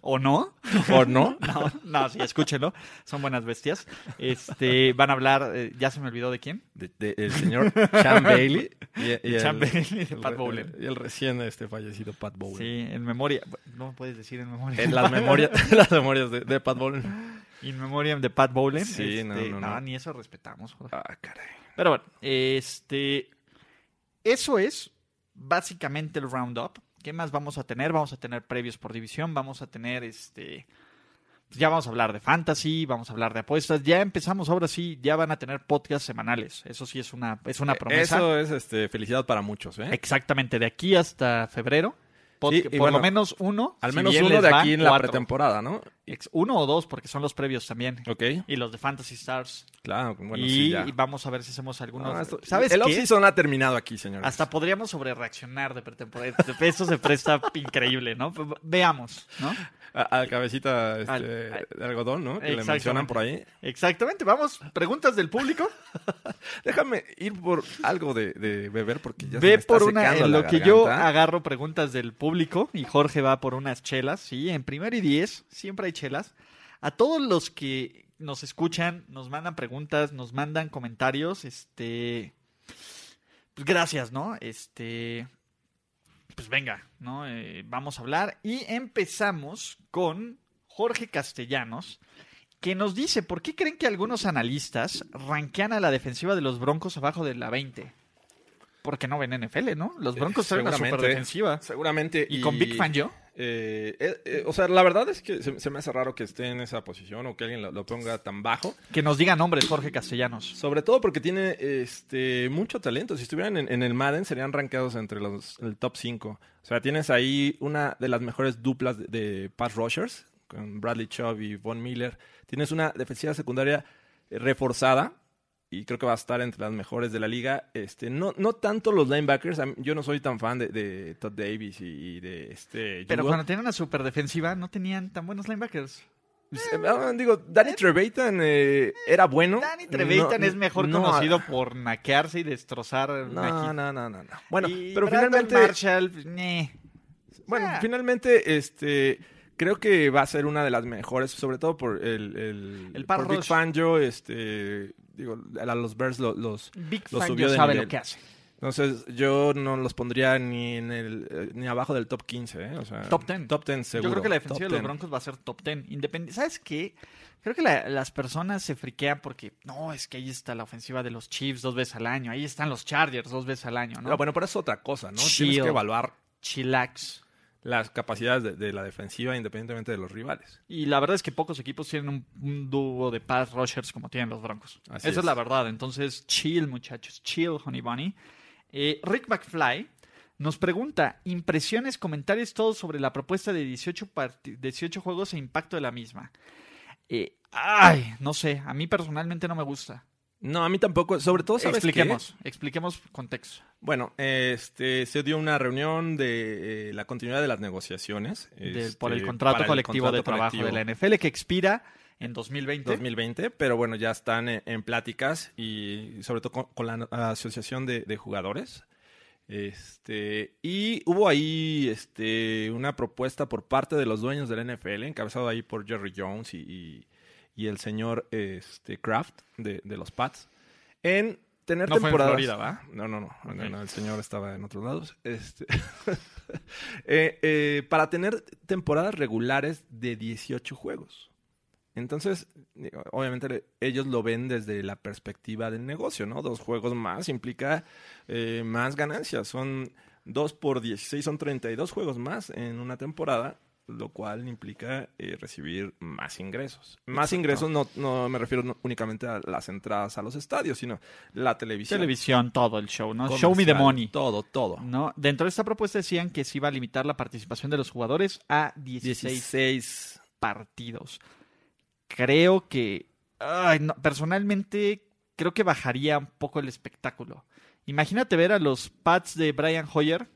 Speaker 1: o no.
Speaker 2: ¿O no?
Speaker 1: No, no, sí, escúchenlo. Son buenas bestias. Este, van a hablar, eh, ya se me olvidó de quién.
Speaker 2: De- de- el señor Chan Bailey. Y, y
Speaker 1: Chan Bailey de
Speaker 2: el-
Speaker 1: Pat Bowlen.
Speaker 2: Y el recién este fallecido Pat Bowlen.
Speaker 1: Sí, en memoria. No puedes decir en memoria.
Speaker 2: En las memorias, las memorias de, de Pat Bowlen.
Speaker 1: In memoriam de Pat Bowlen.
Speaker 2: Sí, no,
Speaker 1: Este,
Speaker 2: no,
Speaker 1: no,
Speaker 2: no.
Speaker 1: ni eso respetamos. joder.
Speaker 2: Ah, caray.
Speaker 1: Pero bueno, este. Eso es básicamente el roundup. ¿Qué más vamos a tener? Vamos a tener previos por división, vamos a tener este. pues Ya vamos a hablar de fantasy, vamos a hablar de apuestas. Ya empezamos ahora sí, ya van a tener podcasts semanales. Eso sí es una, es una promesa.
Speaker 2: Eh, Eso es este, felicidad para muchos, ¿eh?
Speaker 1: Exactamente, de aquí hasta febrero. Pod-
Speaker 2: Sí, y
Speaker 1: por
Speaker 2: bueno,
Speaker 1: lo menos uno.
Speaker 2: Al
Speaker 1: si
Speaker 2: menos
Speaker 1: bien
Speaker 2: uno
Speaker 1: les
Speaker 2: de
Speaker 1: va,
Speaker 2: aquí en la
Speaker 1: cuatro.
Speaker 2: pretemporada, ¿no?
Speaker 1: Ex- Uno o dos, porque son los previos también.
Speaker 2: Ok.
Speaker 1: Y los de Fantasy Stars.
Speaker 2: Claro, bueno,
Speaker 1: y,
Speaker 2: sí, ya.
Speaker 1: y vamos a ver si hacemos algunos.
Speaker 2: Ah, esto-
Speaker 1: ¿Sabes
Speaker 2: el
Speaker 1: qué?
Speaker 2: off-season ha terminado aquí, señores.
Speaker 1: Hasta podríamos sobre reaccionar de pretemporada. Eso se presta increíble, ¿no? Ve- Veamos, ¿no?
Speaker 2: A- Al cabecita este,
Speaker 1: Al- al-
Speaker 2: de algodón, ¿no? Que le
Speaker 1: Exactamente.
Speaker 2: mencionan por ahí.
Speaker 1: Exactamente, vamos. Preguntas del público.
Speaker 2: Déjame ir por algo de, de beber porque ya se me
Speaker 1: Ve
Speaker 2: está
Speaker 1: por una.
Speaker 2: secando
Speaker 1: En
Speaker 2: la
Speaker 1: lo que yo
Speaker 2: garganta.
Speaker 1: agarro preguntas del público y Jorge va por unas chelas. Sí, en primero y diez siempre hay chelas. A todos los que nos escuchan, nos mandan preguntas, nos mandan comentarios, este. Pues gracias, ¿no? Este. Pues venga, ¿no? Eh, vamos a hablar. Y empezamos con Jorge Castellanos, que nos dice: ¿Por qué creen que algunos analistas ranquean a la defensiva de los Broncos abajo de la 20? Porque no ven NFL, ¿no? Los Broncos traen una
Speaker 2: Eh, seguramente.
Speaker 1: super defensiva.
Speaker 2: Seguramente.
Speaker 1: Y, con Big Fan yo.
Speaker 2: eh, eh, eh, o sea, la verdad es que se, se me hace raro que esté en esa posición o que alguien lo, lo ponga tan bajo.
Speaker 1: Que nos diga nombres, Jorge Castellanos.
Speaker 2: Sobre todo porque tiene este mucho talento. Si estuvieran en, en el Madden, serían rankeados entre los el top 5. O sea, tienes ahí una de las mejores duplas de, de pass rushers, con Bradley Chubb y Von Miller. Tienes una defensiva secundaria eh, reforzada y creo que va a estar entre las mejores de la liga. Este, no, no tanto los linebackers. A mí- Yo no soy tan fan de, de Todd Davis y, y de este.
Speaker 1: Pero
Speaker 2: Jugo.
Speaker 1: cuando tenían una super defensiva, no tenían tan buenos linebackers.
Speaker 2: Eh, ah, digo, Danny Trevathan eh, era bueno.
Speaker 1: Danny Trevathan
Speaker 2: No,
Speaker 1: es mejor
Speaker 2: no, ah,
Speaker 1: conocido por naquearse y destrozar.
Speaker 2: No,
Speaker 1: naquis.
Speaker 2: no, no, no, no. Bueno,
Speaker 1: Y
Speaker 2: pero
Speaker 1: Brandon
Speaker 2: finalmente,
Speaker 1: Marshall, pues, meh.
Speaker 2: bueno,
Speaker 1: Ah.
Speaker 2: finalmente, este, creo que va a ser una de las mejores, sobre todo por el, el,
Speaker 1: El pass
Speaker 2: por Big
Speaker 1: rush.
Speaker 2: Fangio, este, digo, a los Bears lo- los,
Speaker 1: Big
Speaker 2: Lo
Speaker 1: Fangio
Speaker 2: subió de
Speaker 1: sabe
Speaker 2: nivel.
Speaker 1: lo que hace.
Speaker 2: entonces yo no los pondría ni en el, eh, ni abajo del top 15, ¿eh? o sea,
Speaker 1: Top 10.
Speaker 2: top 10 seguro.
Speaker 1: Yo creo que la
Speaker 2: top
Speaker 1: defensiva de los
Speaker 2: 10.
Speaker 1: Broncos va a ser top 10. Independ- ¿Sabes qué? Creo que la- las personas se friquean porque, no, es que ahí está la ofensiva de los Chiefs dos veces al año. Ahí están los Chargers dos veces al año, ¿no?
Speaker 2: Ah, bueno, pero es otra cosa, ¿no? Tienes
Speaker 1: Chill.
Speaker 2: que evaluar
Speaker 1: Chilax.
Speaker 2: las capacidades de, de la defensiva independientemente de los rivales.
Speaker 1: Y la verdad es que pocos equipos tienen un, un dúo de pass rushers como tienen los Broncos. Esa
Speaker 2: Así es.
Speaker 1: es. la verdad. Entonces, chill, muchachos. Chill, Honey Bunny. Eh, Rick McFly nos pregunta: impresiones, comentarios, todo sobre la propuesta de 18, parti- 18 juegos e impacto de la misma. Eh, ay, no sé. A mí personalmente no me gusta.
Speaker 2: No, a mí tampoco, sobre todo sabes qué?
Speaker 1: Expliquemos. Expliquemos contexto.
Speaker 2: Bueno, este se dio una reunión de eh, la continuidad de las negociaciones
Speaker 1: del-
Speaker 2: este,
Speaker 1: por el contrato
Speaker 2: para el
Speaker 1: colectivo de
Speaker 2: contrato
Speaker 1: trabajo
Speaker 2: colectivo
Speaker 1: de la NFL que expira en 2020.
Speaker 2: 2020, pero bueno, ya están en, en pláticas y sobre todo con, con la asociación de, de jugadores. Este, y hubo ahí este, una propuesta por parte de los dueños de la NFL, encabezado ahí por Jerry Jones y, y- y el señor este, Kraft de, de los Pats, en tener
Speaker 1: No fue en
Speaker 2: temporadas.
Speaker 1: Florida, ¿va?
Speaker 2: No, no, no, no,
Speaker 1: Ok.
Speaker 2: no, el señor estaba en otros lados. Este, eh, eh, para tener temporadas regulares de 18 juegos. Entonces, digo, obviamente le- ellos lo ven desde la perspectiva del negocio, ¿no? Dos juegos más implica eh, más ganancias. Son dos por 16, son 32 juegos más en una temporada. lo cual implica eh, recibir más ingresos. Más ingresos no, no me refiero no únicamente a las entradas a los estadios, sino la televisión.
Speaker 1: Televisión, todo el show, ¿no?
Speaker 2: comercial,
Speaker 1: Show me the money. Mm.
Speaker 2: Todo, todo.
Speaker 1: ¿no? Dentro de esta propuesta decían que se iba a limitar la participación de los jugadores a 16,
Speaker 2: 16.
Speaker 1: partidos. Creo que, ay, no, personalmente, creo que bajaría un poco el espectáculo. Imagínate ver a los Pats de Brian Hoyer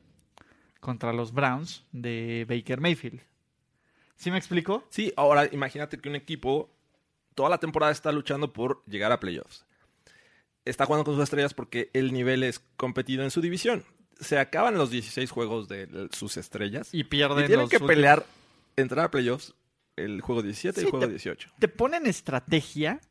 Speaker 1: contra los Browns de Baker Mayfield. ¿Sí me explico?
Speaker 2: Sí, ahora imagínate que un equipo toda la temporada está luchando por llegar a playoffs. Está jugando con sus estrellas porque el nivel es competido en su división. Se acaban los 16 juegos de l- sus estrellas y,
Speaker 1: Y pierden
Speaker 2: tienen
Speaker 1: los
Speaker 2: que
Speaker 1: últimos-
Speaker 2: pelear, entrar a playoffs, el juego 17 y
Speaker 1: Sí,
Speaker 2: el juego
Speaker 1: te-
Speaker 2: 18.
Speaker 1: te ponen estrategia,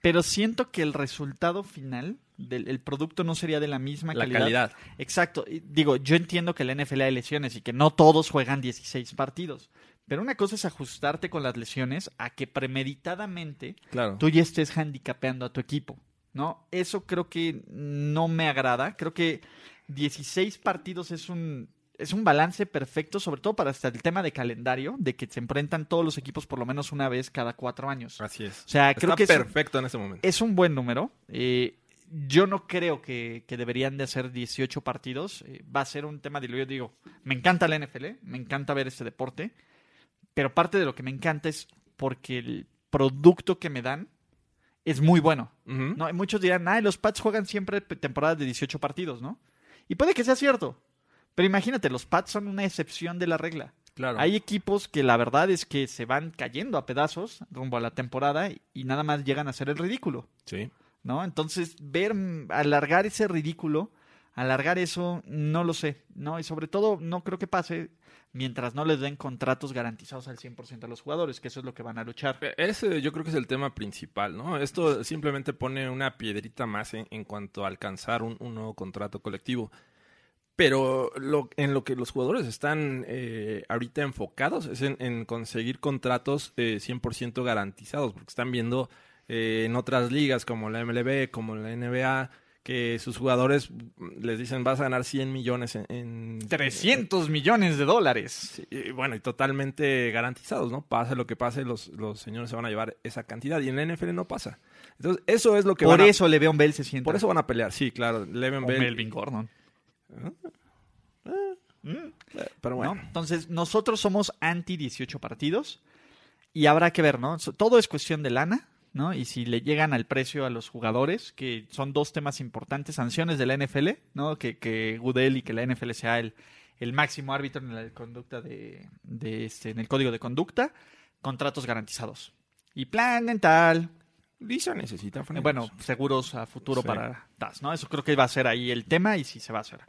Speaker 1: pero siento que el resultado final del el producto no sería de la misma
Speaker 2: La
Speaker 1: calidad.
Speaker 2: calidad.
Speaker 1: Exacto. Y Digo, yo entiendo que la NFL hay lesiones y que no todos juegan 16 partidos. Pero una cosa es ajustarte con las lesiones a que premeditadamente
Speaker 2: Claro.
Speaker 1: tú ya estés handicapeando a tu equipo, ¿no? Eso creo que no me agrada. Creo que 16 partidos es un, es un balance perfecto, sobre todo para hasta el tema de calendario, de que se enfrentan todos los equipos por lo menos una vez cada cuatro años.
Speaker 2: Así es.
Speaker 1: O sea, creo
Speaker 2: Está
Speaker 1: que es, un-
Speaker 2: perfecto en ese momento.
Speaker 1: es un buen número. Eh, yo no creo que, que deberían de hacer 18 partidos. Eh, va a ser un tema de... Yo digo, me encanta la NFL, me encanta ver este deporte, pero parte de lo que me encanta es porque el producto que me dan es muy bueno.
Speaker 2: Ujú.
Speaker 1: Eh, No, y muchos dirán, ah, los Pats juegan siempre pe- temporadas de 18 partidos, ¿no? Y puede que sea cierto. Pero imagínate, los Pats son una excepción de la regla.
Speaker 2: Claro.
Speaker 1: Hay equipos que la verdad es que se van cayendo a pedazos rumbo a la temporada y- y nada más llegan a hacer el ridículo,
Speaker 2: Sí.
Speaker 1: ¿no? Entonces, ver, mm, alargar ese ridículo, alargar eso, no lo sé, ¿no? Y sobre todo, no creo que pase mientras no les den contratos garantizados al 100% a los jugadores, que eso es lo que van a luchar.
Speaker 2: Ese yo creo que es el tema principal, ¿no? Esto simplemente pone una piedrita más en, en cuanto a alcanzar un, un nuevo contrato colectivo. Pero lo, en lo que los jugadores están eh, ahorita enfocados es en, en conseguir contratos eh, 100% garantizados, porque están viendo eh, en otras ligas como la MLB, como la NBA, que sus jugadores mm, les dicen vas a ganar 100 millones en... en
Speaker 1: 300 millones de dólares.
Speaker 2: Sí, y bueno, y totalmente garantizados, ¿no? Pase lo que pase, los, los señores se van a llevar esa cantidad. Y en la NFL no pasa. Entonces, eso es lo que
Speaker 1: Por
Speaker 2: van a-
Speaker 1: eso Le'Veon Bell se siente.
Speaker 2: por eso van a pelear, sí, claro. Le'Veon Bell.
Speaker 1: Gordon.
Speaker 2: eh, Pero bueno.
Speaker 1: Entonces, nosotros somos anti 18 partidos y habrá que ver, ¿no? So- Todo es cuestión de lana, ¿no? Y si le llegan al precio a los jugadores, que son dos temas importantes, sanciones de la NFL, ¿no? Que, que Goodell y que la NFL sea el, el máximo árbitro en la conducta de, de este, en el código de conducta, contratos garantizados. Y plan dental,
Speaker 2: Lisa necesita
Speaker 1: Eh,
Speaker 2: frenos.
Speaker 1: Bueno, seguros a futuro
Speaker 2: Sí.
Speaker 1: para TAS, ¿no? Eso creo que va a ser ahí el tema y si se va a hacer.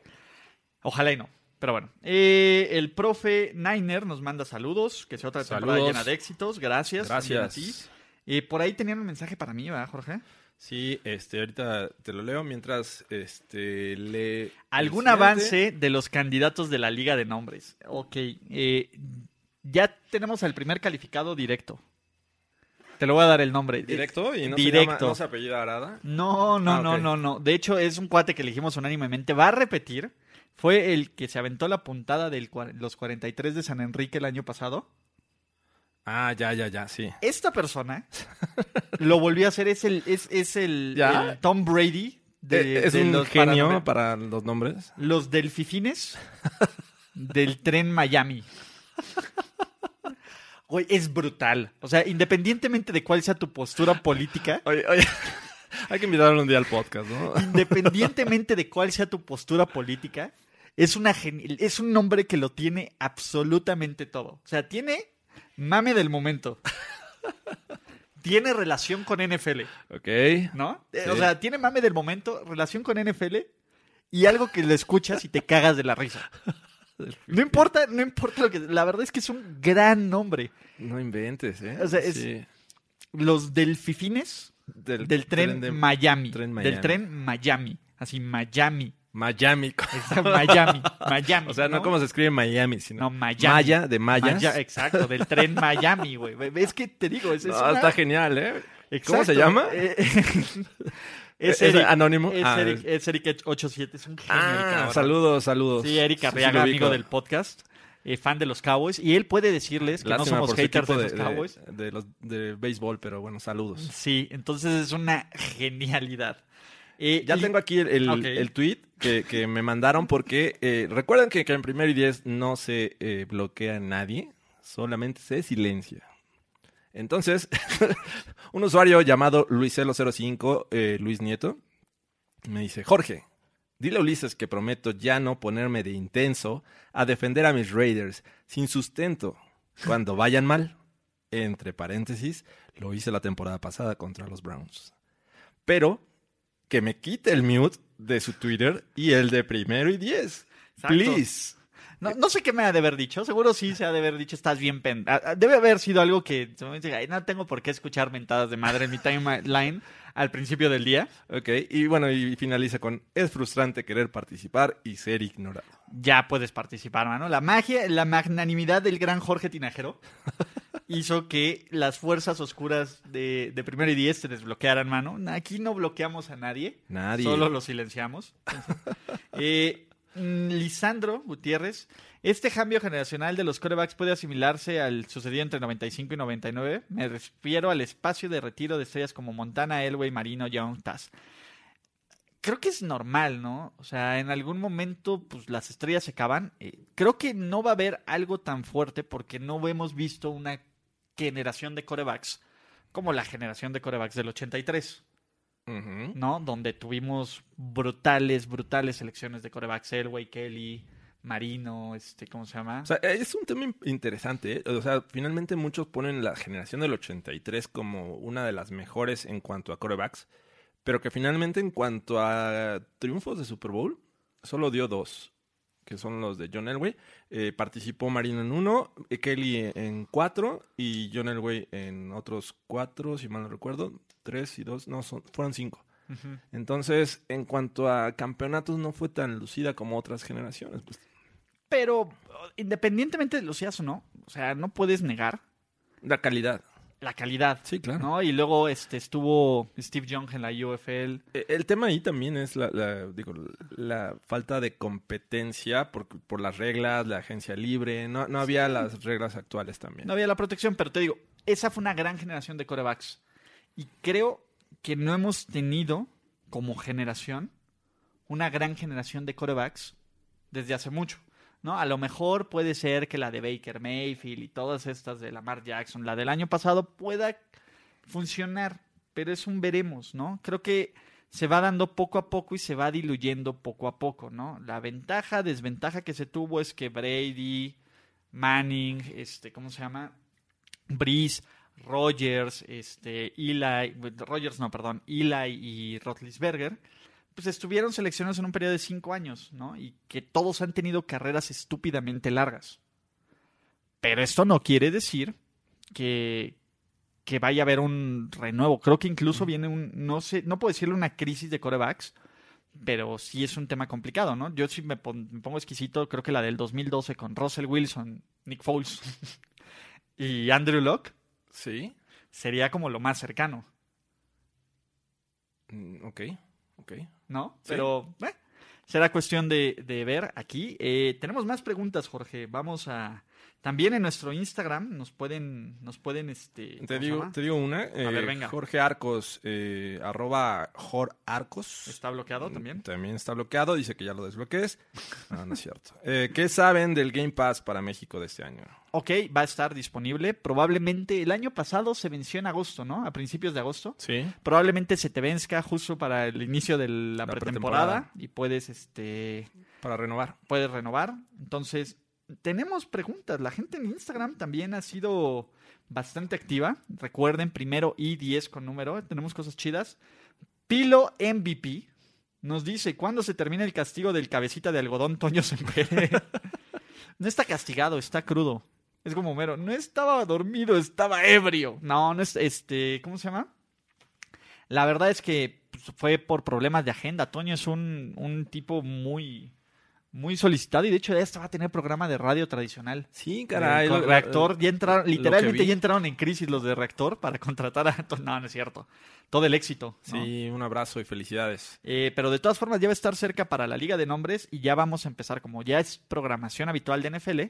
Speaker 1: Ojalá y no. Pero bueno, Eh, el profe Niner nos manda saludos, que sea otra temporada
Speaker 2: Saludos.
Speaker 1: llena de éxitos. Gracias. también a ti.
Speaker 2: gracias.
Speaker 1: Eh, por ahí tenían un mensaje para mí, ¿verdad, Jorge?
Speaker 2: Sí, este, ahorita te lo leo mientras este, le.
Speaker 1: ¿Algún
Speaker 2: le siente.
Speaker 1: avance de los candidatos de la Liga de Nombres? Ok, eh, ya tenemos al primer calificado directo. Te lo voy a dar el nombre.
Speaker 2: Directo y no, Se
Speaker 1: Directo.
Speaker 2: llama, no se apellida Arada.
Speaker 1: No, no,
Speaker 2: Ah,
Speaker 1: no,
Speaker 2: ok.
Speaker 1: no, no. De hecho, es un cuate que elegimos unánimemente. Va a repetir. Fue el que se aventó la puntada de los 43 de San Enrique el año pasado.
Speaker 2: Ah, ya, ya, ya, sí.
Speaker 1: Esta persona lo volvió a hacer. Es el, es, es el,
Speaker 2: ¿Ya?
Speaker 1: el Tom Brady de,
Speaker 2: Eh, es
Speaker 1: de
Speaker 2: un
Speaker 1: los
Speaker 2: genio
Speaker 1: paranormal-
Speaker 2: para los nombres.
Speaker 1: los delfifines del tren Miami. Güey, es brutal. O sea, independientemente de cuál sea tu postura política,
Speaker 2: Oye, oye. Hay que invitarlo un día al podcast, ¿no?
Speaker 1: independientemente de cuál sea tu postura política, es, una geni- es un nombre que lo tiene absolutamente todo. O sea, tiene mame del momento. tiene relación con NFL,
Speaker 2: Ok.
Speaker 1: ¿no? Eh,
Speaker 2: Sí.
Speaker 1: O sea, tiene mame del momento, relación con NFL y algo que lo escuchas y te cagas de la risa. No importa, no importa lo que... La verdad es que es un gran nombre.
Speaker 2: No inventes, ¿eh?
Speaker 1: O sea, es- Los delfifines
Speaker 2: Del,
Speaker 1: del tren,
Speaker 2: de
Speaker 1: Miami.
Speaker 2: tren
Speaker 1: Del
Speaker 2: Miami.
Speaker 1: tren Miami. Así, Miami.
Speaker 2: Miami.
Speaker 1: Está Miami, Miami.
Speaker 2: O sea, no, como se escribe Miami, sino
Speaker 1: No, Miami.
Speaker 2: Maya, Ah, de mayas.
Speaker 1: Maya- exacto, del tren Miami, güey. Es que te digo, es, es
Speaker 2: No,
Speaker 1: una-
Speaker 2: Está genial, ¿eh? ¿Cómo
Speaker 1: Exacto.
Speaker 2: se llama?
Speaker 1: Eh,
Speaker 2: ¿Es
Speaker 1: es Eric,
Speaker 2: anónimo?
Speaker 1: es
Speaker 2: Ah,
Speaker 1: Eric- es Eric 87, es un genio. el
Speaker 2: Ah,
Speaker 1: cabrón.
Speaker 2: saludos, saludos.
Speaker 1: Sí, Eric
Speaker 2: sí lo
Speaker 1: Arriaga,
Speaker 2: ubico.
Speaker 1: amigo del podcast. eh, fan de los Cowboys y él puede decirles que
Speaker 2: Lástima
Speaker 1: no somos
Speaker 2: por su
Speaker 1: haters de,
Speaker 2: equipo
Speaker 1: los Cowboys.
Speaker 2: de, de los de béisbol, pero bueno, saludos.
Speaker 1: Sí, entonces es una genialidad. Eh,
Speaker 2: Ya
Speaker 1: y-
Speaker 2: tengo aquí el, el,
Speaker 1: Ok.
Speaker 2: el tweet que, que me mandaron porque eh, recuerden que, que en primero y diez no se eh, bloquea a nadie, solamente se silencia. Entonces, un usuario llamado Luiselo05, eh, Luis Nieto, me dice, Jorge, dile a Ulises que prometo ya no ponerme de intenso a defender a mis Raiders sin sustento cuando vayan mal. Entre paréntesis, lo hice la temporada pasada contra los Browns. Pero que me quite el mute de su Twitter y el de primero y diez.
Speaker 1: Exacto.
Speaker 2: Please.
Speaker 1: No, no sé qué me ha de haber dicho, seguro sí se ha de haber dicho, estás bien pen... ah, ah, Debe haber sido algo que se me dice, "Ay, no tengo por qué escuchar mentadas de madre en mi timeline al principio del día.
Speaker 2: Ok, y bueno, y finaliza con, es frustrante querer participar y ser ignorado.
Speaker 1: Ya puedes participar, mano. La magia, la magnanimidad del gran Jorge Tinajero hizo que las fuerzas oscuras de, de primero y diez se desbloquearan, mano. Aquí no bloqueamos a nadie.
Speaker 2: Nadie.
Speaker 1: Solo lo silenciamos. Eh, mm, Lisandro Gutiérrez, este cambio generacional de los corebacks puede asimilarse al sucedido entre 95 y 99. Me refiero al espacio de retiro de estrellas como Montana, Elway, Marino, Young, Taz. Creo que es normal, ¿no? O sea, en algún momento, pues las estrellas se acaban. Eh, creo que no va a haber algo tan fuerte porque no hemos visto una generación de corebacks como la generación de corebacks del 83.
Speaker 2: Ujú.
Speaker 1: ¿no? Donde tuvimos brutales, brutales selecciones de corebacks, Elway, Kelly, Marino, este, ¿cómo se llama?
Speaker 2: O sea, es un tema in- interesante. ¿eh? O sea, finalmente muchos ponen la generación del 83 como una de las mejores en cuanto a corebacks, pero que finalmente en cuanto a triunfos de Super Bowl, solo dio dos, que son los de John Elway. Eh, participó Marino en uno, eh, Kelly en cuatro y John Elway en otros cuatro, si mal no recuerdo. Tres y dos, no, son, fueron cinco.
Speaker 1: Ujú.
Speaker 2: Entonces, en cuanto a campeonatos, no fue tan lucida como otras generaciones. Pues,
Speaker 1: Pero oh, independientemente de lo seas o no, o sea, no puedes negar
Speaker 2: la calidad.
Speaker 1: la calidad,
Speaker 2: Sí, claro.
Speaker 1: ¿no? Y luego este, estuvo Steve Young en la UFL.
Speaker 2: Eh, El tema ahí también es la, la- digo, la falta de competencia por, por las reglas, la agencia libre, no, no había las reglas actuales también.
Speaker 1: No había la protección, pero te digo, esa fue una gran generación de corebacks. Y creo que no hemos tenido como generación una gran generación de corebacks desde hace mucho. ¿no? A lo mejor puede ser que la de Baker Mayfield y todas estas de Lamar Jackson, la del año pasado, pueda funcionar, pero es un veremos, ¿no? Creo que se va dando poco a poco y se va diluyendo poco a poco, ¿no? La ventaja, desventaja que se tuvo es que Brady, Manning, este, ¿cómo se llama? Breeze, Rogers, este, Eli, Rogers no, perdón, Eli y Rotlisberger, pues estuvieron seleccionados en un periodo de cinco años, ¿no? Y que todos han tenido carreras estúpidamente largas. Pero esto no quiere decir que, que vaya a haber un renuevo. Creo que incluso viene un, no sé, no puedo decirle una crisis de corebacks, pero sí es un tema complicado, ¿no? Yo sí me, pon- me pongo exquisito, creo que la del 2012 con Russell Wilson, Nick Foles y Andrew Locke
Speaker 2: Sí.
Speaker 1: sería como lo más cercano,
Speaker 2: Mm, Ok, ok.
Speaker 1: ¿no?
Speaker 2: Sí.
Speaker 1: Pero eh, será cuestión de, de ver aquí. Eh, tenemos más preguntas, Jorge. Vamos a... También en nuestro Instagram nos pueden... Nos pueden este, ¿cómo
Speaker 2: Te
Speaker 1: se
Speaker 2: digo,
Speaker 1: llama?
Speaker 2: te digo una. eh,
Speaker 1: ver, venga.
Speaker 2: Jorge Arcos, eh, arroba Jor Arcos.
Speaker 1: Está
Speaker 2: Mm,
Speaker 1: bloqueado también.
Speaker 2: También está bloqueado, dice que ya lo desbloquees. No, no es cierto. Eh, ¿Qué saben del Game Pass para México de este año?
Speaker 1: Ok, va a estar disponible. Probablemente el año pasado se venció en agosto, ¿no? A principios de agosto.
Speaker 2: Sí.
Speaker 1: Probablemente se te venzca justo para el inicio de la,
Speaker 2: La
Speaker 1: pretemporada,
Speaker 2: pretemporada.
Speaker 1: y puedes, este,
Speaker 2: Para renovar.
Speaker 1: puedes renovar. Entonces, tenemos preguntas. La gente en Instagram también ha sido bastante activa. Recuerden, primero y 10 con número. Tenemos cosas chidas. Pilo MVP nos dice, ¿cuándo se termina el castigo del cabecita de algodón Toño Sempere? no está castigado, está crudo. Es como Homero, no estaba dormido, estaba ebrio. No, no es, este, ¿cómo se llama? La verdad es que pues, fue por problemas de agenda. Toño es un, un tipo muy, muy solicitado y de hecho ya hasta va a tener programa de radio tradicional.
Speaker 2: Sí,
Speaker 1: Caray,
Speaker 2: caray. lo- eh,
Speaker 1: reactor, ya entraron,
Speaker 2: lo que
Speaker 1: literalmente
Speaker 2: vi.
Speaker 1: ya entraron en crisis los de reactor para contratar a... to- No, no es cierto. Todo el éxito. ¿no?
Speaker 2: Sí, un abrazo y felicidades.
Speaker 1: Eh, pero de todas formas ya va a estar cerca para la Liga de Nombres y ya vamos a empezar, como ya es programación habitual de NFL,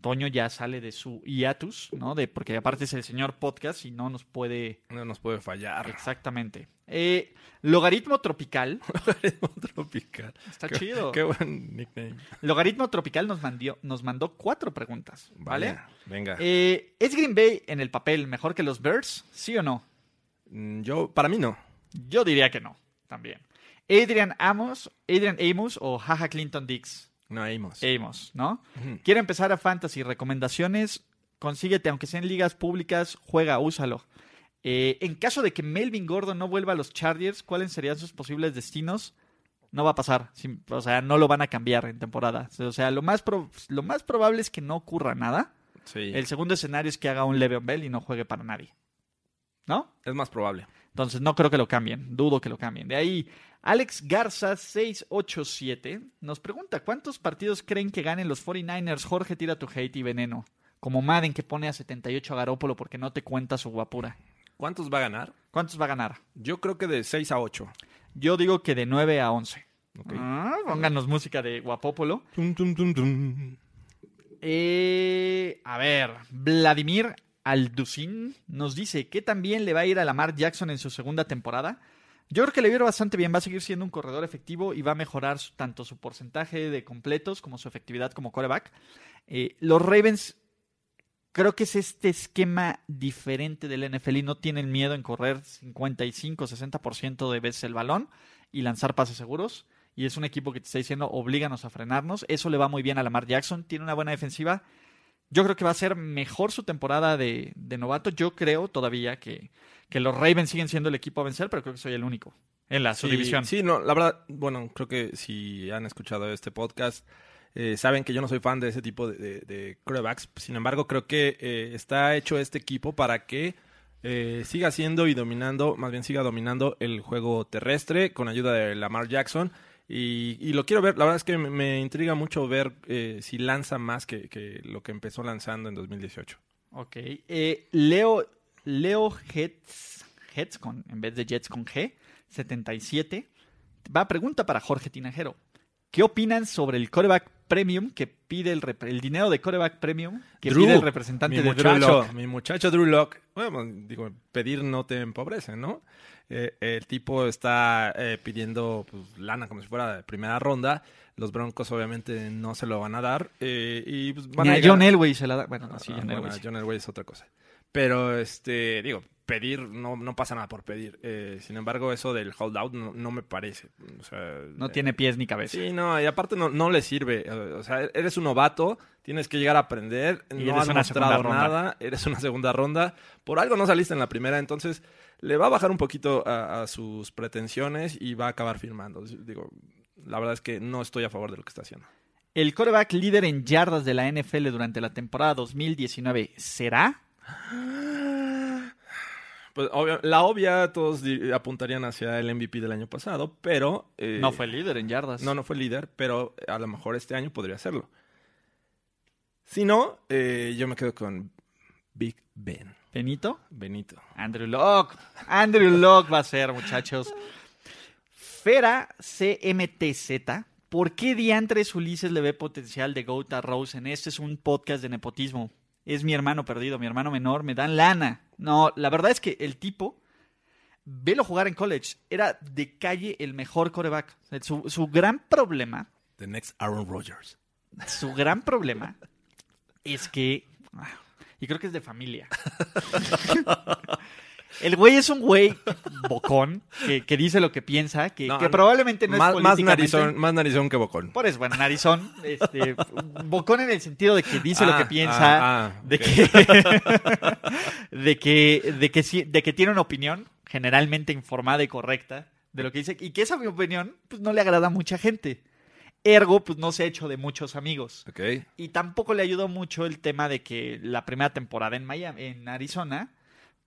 Speaker 1: Toño ya sale de su hiatus, ¿no? De, porque aparte es el señor podcast y no nos puede...
Speaker 2: No nos puede fallar.
Speaker 1: Exactamente. Eh, logaritmo tropical.
Speaker 2: Logaritmo tropical.
Speaker 1: Está
Speaker 2: Qué-
Speaker 1: chido.
Speaker 2: Qué buen nickname.
Speaker 1: Logaritmo tropical nos, mandió- nos mandó cuatro preguntas, ¿vale?
Speaker 2: Vaya, Venga.
Speaker 1: Eh, ¿Es Green Bay en el papel mejor que los Bears? ¿Sí o no?
Speaker 2: Mm, Yo, para mí no.
Speaker 1: Yo diría que no, también. Adrian Amos, Adrian Amos o Jaja Clinton Dix.
Speaker 2: No Amos.
Speaker 1: Amos, ¿no?
Speaker 2: Ujú.
Speaker 1: Quiero empezar a Fantasy. Recomendaciones, consíguete, aunque sean ligas públicas, juega, úsalo. Eh, en caso de que Melvin Gordon no vuelva a los Chargers, ¿cuáles serían sus posibles destinos? No va a pasar, sim- o sea, no lo van a cambiar en temporada. O sea, lo más, pro- lo más probable es que no ocurra nada.
Speaker 2: Sí.
Speaker 1: El segundo escenario es que haga un Le'Veon Bell y no juegue para nadie. ¿No?
Speaker 2: Es más probable.
Speaker 1: Entonces no creo que lo cambien, dudo que lo cambien. De ahí, Alex Garza 687 nos pregunta, ¿cuántos partidos creen que ganen los 49ers? Jorge tira tu hate y veneno. Como Madden que pone a 78 a Garópolo porque no te cuenta su guapura.
Speaker 2: ¿Cuántos va a ganar?
Speaker 1: ¿Cuántos va a ganar?
Speaker 2: Yo creo que de 6 a 8.
Speaker 1: Yo digo que de 9 a 11. Ah, pónganos música de Guapópolo. Eh, a ver, Vladimir Alducin nos dice que también le va a ir a Lamar Jackson en su segunda temporada. Yo creo que le vieron bastante bien, va a seguir siendo un corredor efectivo y va a mejorar su- tanto su porcentaje de completos como su efectividad como coreback. Eh, los Ravens creo que es este esquema diferente del NFL y no tienen miedo en correr 55-60% de veces el balón y lanzar pases seguros. Y es un equipo que te está diciendo, oblíganos a frenarnos. Eso le va muy bien a Lamar Jackson. Tiene una buena defensiva. Yo creo que va a ser mejor su temporada de, de novato. Yo creo todavía que, que los Ravens siguen siendo el equipo a vencer, pero creo que soy el único en la
Speaker 2: Sí,
Speaker 1: subdivisión.
Speaker 2: Sí, no, la verdad, bueno, creo que si han escuchado este podcast, eh, saben que yo no soy fan de ese tipo de, de, de quarterbacks. Sin embargo, creo que eh, está hecho este equipo para que eh, siga siendo y dominando, más bien siga dominando el juego terrestre con ayuda de Lamar Jackson. Y, y lo quiero ver, la verdad es que me, me intriga mucho ver eh, si lanza más que, que lo que empezó lanzando en 2018.
Speaker 1: Ok. eh, Leo, Leo Hetz, Hetz con, en vez de Jets con G, 77. Va pregunta para Jorge Tinajero. ¿Qué opinan sobre el coreback premium que pide el, repre- el dinero de coreback premium que
Speaker 2: Drew,
Speaker 1: pide el representante
Speaker 2: mi
Speaker 1: de Drew
Speaker 2: muchacho,
Speaker 1: Lock?
Speaker 2: Mi muchacho Drew Lock. Bueno, digo, pedir no te empobrece, ¿no? Eh, el tipo está eh, pidiendo pues, lana como si fuera de primera ronda. Los Broncos obviamente no se lo van a dar. eh, y pues, van
Speaker 1: Ni a
Speaker 2: llegar-
Speaker 1: John Elway se la da. Bueno, no, sí,
Speaker 2: Ah,
Speaker 1: John
Speaker 2: bueno,
Speaker 1: Elway sí.
Speaker 2: John Elway es otra cosa. Pero, este, digo, pedir, no, no pasa nada por pedir. Eh, sin embargo, eso del holdout no, no me parece. O sea,
Speaker 1: No
Speaker 2: eh,
Speaker 1: tiene pies ni cabeza.
Speaker 2: Sí, no, y aparte no, no le sirve. Eh, O sea, eres un novato, tienes que llegar a aprender,
Speaker 1: Y
Speaker 2: no
Speaker 1: eres
Speaker 2: has
Speaker 1: una
Speaker 2: mostrado
Speaker 1: segunda ronda.
Speaker 2: nada, eres una segunda ronda. Por algo no saliste en la primera, entonces le va a bajar un poquito a, a sus pretensiones y va a acabar firmando. Digo, la verdad es que no estoy a favor de lo que está haciendo.
Speaker 1: El coreback líder en yardas de la NFL durante la temporada 2019 será.
Speaker 2: Pues, obvio- la obvia, todos di- apuntarían hacia el MVP del año pasado, pero... eh,
Speaker 1: No fue líder en yardas.
Speaker 2: No, no fue líder, pero a lo mejor este año podría serlo. Si no, eh, yo me quedo con Big Ben,
Speaker 1: Benito.
Speaker 2: Benito.
Speaker 1: Andrew Locke. Andrew Locke va a ser, muchachos. Fera CMTZ. ¿Por qué diantres Ulises le ve potencial de Goat a Rosen? Este es un podcast de nepotismo. Es mi hermano perdido, mi hermano menor. Me dan lana. No, la verdad es que el tipo, velo jugar en college. Era de calle el mejor coreback. O sea, Su, su gran problema,
Speaker 2: The next Aaron Rodgers.
Speaker 1: su gran problema es que... ah, Y creo que es de familia. El güey es un güey bocón que, que dice lo que piensa, que,
Speaker 2: No,
Speaker 1: que
Speaker 2: no.
Speaker 1: probablemente no
Speaker 2: Más,
Speaker 1: es
Speaker 2: más
Speaker 1: políticamente-
Speaker 2: narizón, más narizón que Bocón.
Speaker 1: Por eso, bueno, narizón. Este, bocón en el sentido de que dice lo
Speaker 2: Ah,
Speaker 1: que piensa,
Speaker 2: ah, ah,
Speaker 1: de,
Speaker 2: ok.
Speaker 1: que, de que de que sí- de que tiene una opinión generalmente informada y correcta de lo que dice y que esa opinión pues no le agrada a mucha gente. Ergo, pues no se ha hecho de muchos amigos.
Speaker 2: Ok.
Speaker 1: Y tampoco le ayudó mucho el tema de que la primera temporada en Miami, en Arizona,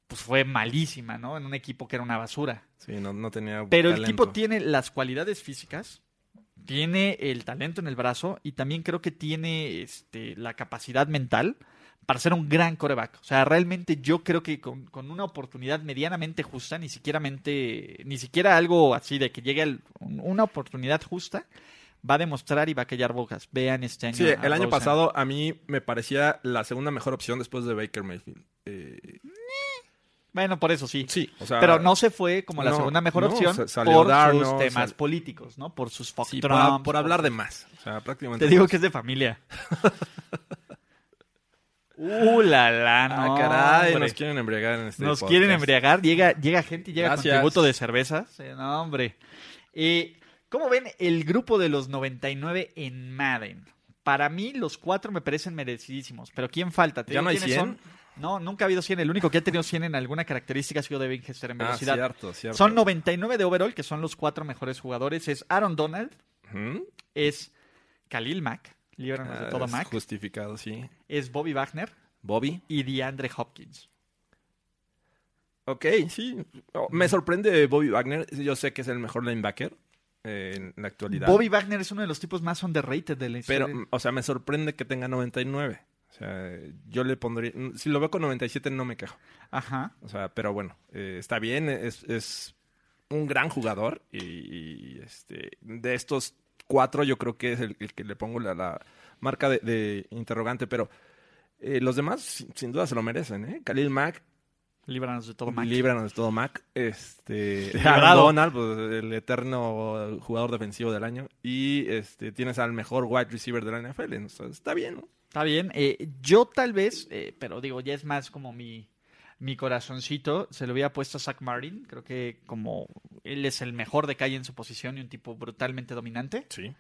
Speaker 1: pues fue malísima, ¿no? En un equipo que era una basura.
Speaker 2: Sí, no, no tenía
Speaker 1: Pero el
Speaker 2: talento.
Speaker 1: tipo tiene las cualidades físicas, tiene el talento en el brazo y también creo que tiene este, la capacidad mental para ser un gran coreback. O sea, realmente yo creo que con, con una oportunidad medianamente justa, ni siquiera, mente- ni siquiera algo así de que llegue al- un- una oportunidad justa, va a demostrar y va a callar bocas. Vean este año.
Speaker 2: Sí,
Speaker 1: a
Speaker 2: el año
Speaker 1: Rosen.
Speaker 2: pasado a mí me parecía la segunda mejor opción después de Baker Mayfield. Eh,
Speaker 1: Bueno, por eso sí.
Speaker 2: sí, o sea.
Speaker 1: Pero no se fue como la
Speaker 2: no,
Speaker 1: segunda mejor
Speaker 2: no,
Speaker 1: opción
Speaker 2: sa- salió
Speaker 1: por
Speaker 2: Darnold,
Speaker 1: sus temas
Speaker 2: sal-
Speaker 1: políticos, ¿no? Por sus fuck
Speaker 2: sí, por,
Speaker 1: Trumps,
Speaker 2: por hablar de más. O sea,
Speaker 1: por-
Speaker 2: prácticamente.
Speaker 1: Te digo que es de familia. Uh, la, la,
Speaker 2: Ah,
Speaker 1: no,
Speaker 2: caray,
Speaker 1: hombre.
Speaker 2: nos quieren embriagar en este
Speaker 1: Nos
Speaker 2: podcast.
Speaker 1: quieren embriagar. Llega, llega gente y llega
Speaker 2: Gracias.
Speaker 1: con tributo de cerveza. Sí, no, hombre. Eh, ¿Cómo ven el grupo de los 99 en Madden? Para mí, los cuatro me parecen merecidísimos. Pero ¿quién falta? ¿Te
Speaker 2: ¿Ya
Speaker 1: digo
Speaker 2: no hay
Speaker 1: quiénes
Speaker 2: 100?
Speaker 1: No, nunca ha habido 100. El único que ha tenido 100 en alguna característica ha sido Devin Hester en
Speaker 2: Ah,
Speaker 1: velocidad.
Speaker 2: cierto, cierto.
Speaker 1: Son 99 de overall, que son los cuatro mejores jugadores. Es Aaron Donald,
Speaker 2: Ujú.
Speaker 1: es Khalil Mack, líbranos
Speaker 2: Ah,
Speaker 1: de todo
Speaker 2: es
Speaker 1: Mack,
Speaker 2: Justificado, sí.
Speaker 1: es Bobby Wagner
Speaker 2: Bobby.
Speaker 1: y DeAndre Hopkins.
Speaker 2: Ok, sí. Oh, me sorprende Bobby Wagner. Yo sé que es el mejor linebacker eh, en la actualidad.
Speaker 1: Bobby Wagner es uno de los tipos más underrated de la historia.
Speaker 2: Pero, mm, o sea, me sorprende que tenga 99. O sea, yo le pondría. mm, Si lo veo con 97, no me quejo.
Speaker 1: Ajá.
Speaker 2: O sea, pero bueno, eh, está bien. Es, es un gran jugador. Y, y, este de estos cuatro, yo creo que es el, el que le pongo la, la marca de, de interrogante. Pero eh, los demás, sin, sin duda, se lo merecen. ¿eh? Khalil Mack,
Speaker 1: Líbranos de todo mal.
Speaker 2: líbranos de todo Mac. Este,
Speaker 1: Librado.
Speaker 2: Donald, pues, el eterno jugador defensivo del año. Y este, tienes al mejor wide receiver de la NFL. O sea, está bien, ¿no?
Speaker 1: Está bien. eh, yo tal vez, eh, pero digo, ya es más como mi, mi corazoncito, se lo hubiera puesto a Zach Martin. Creo que como él es el mejor de calle en su posición y un tipo brutalmente dominante.
Speaker 2: Sí.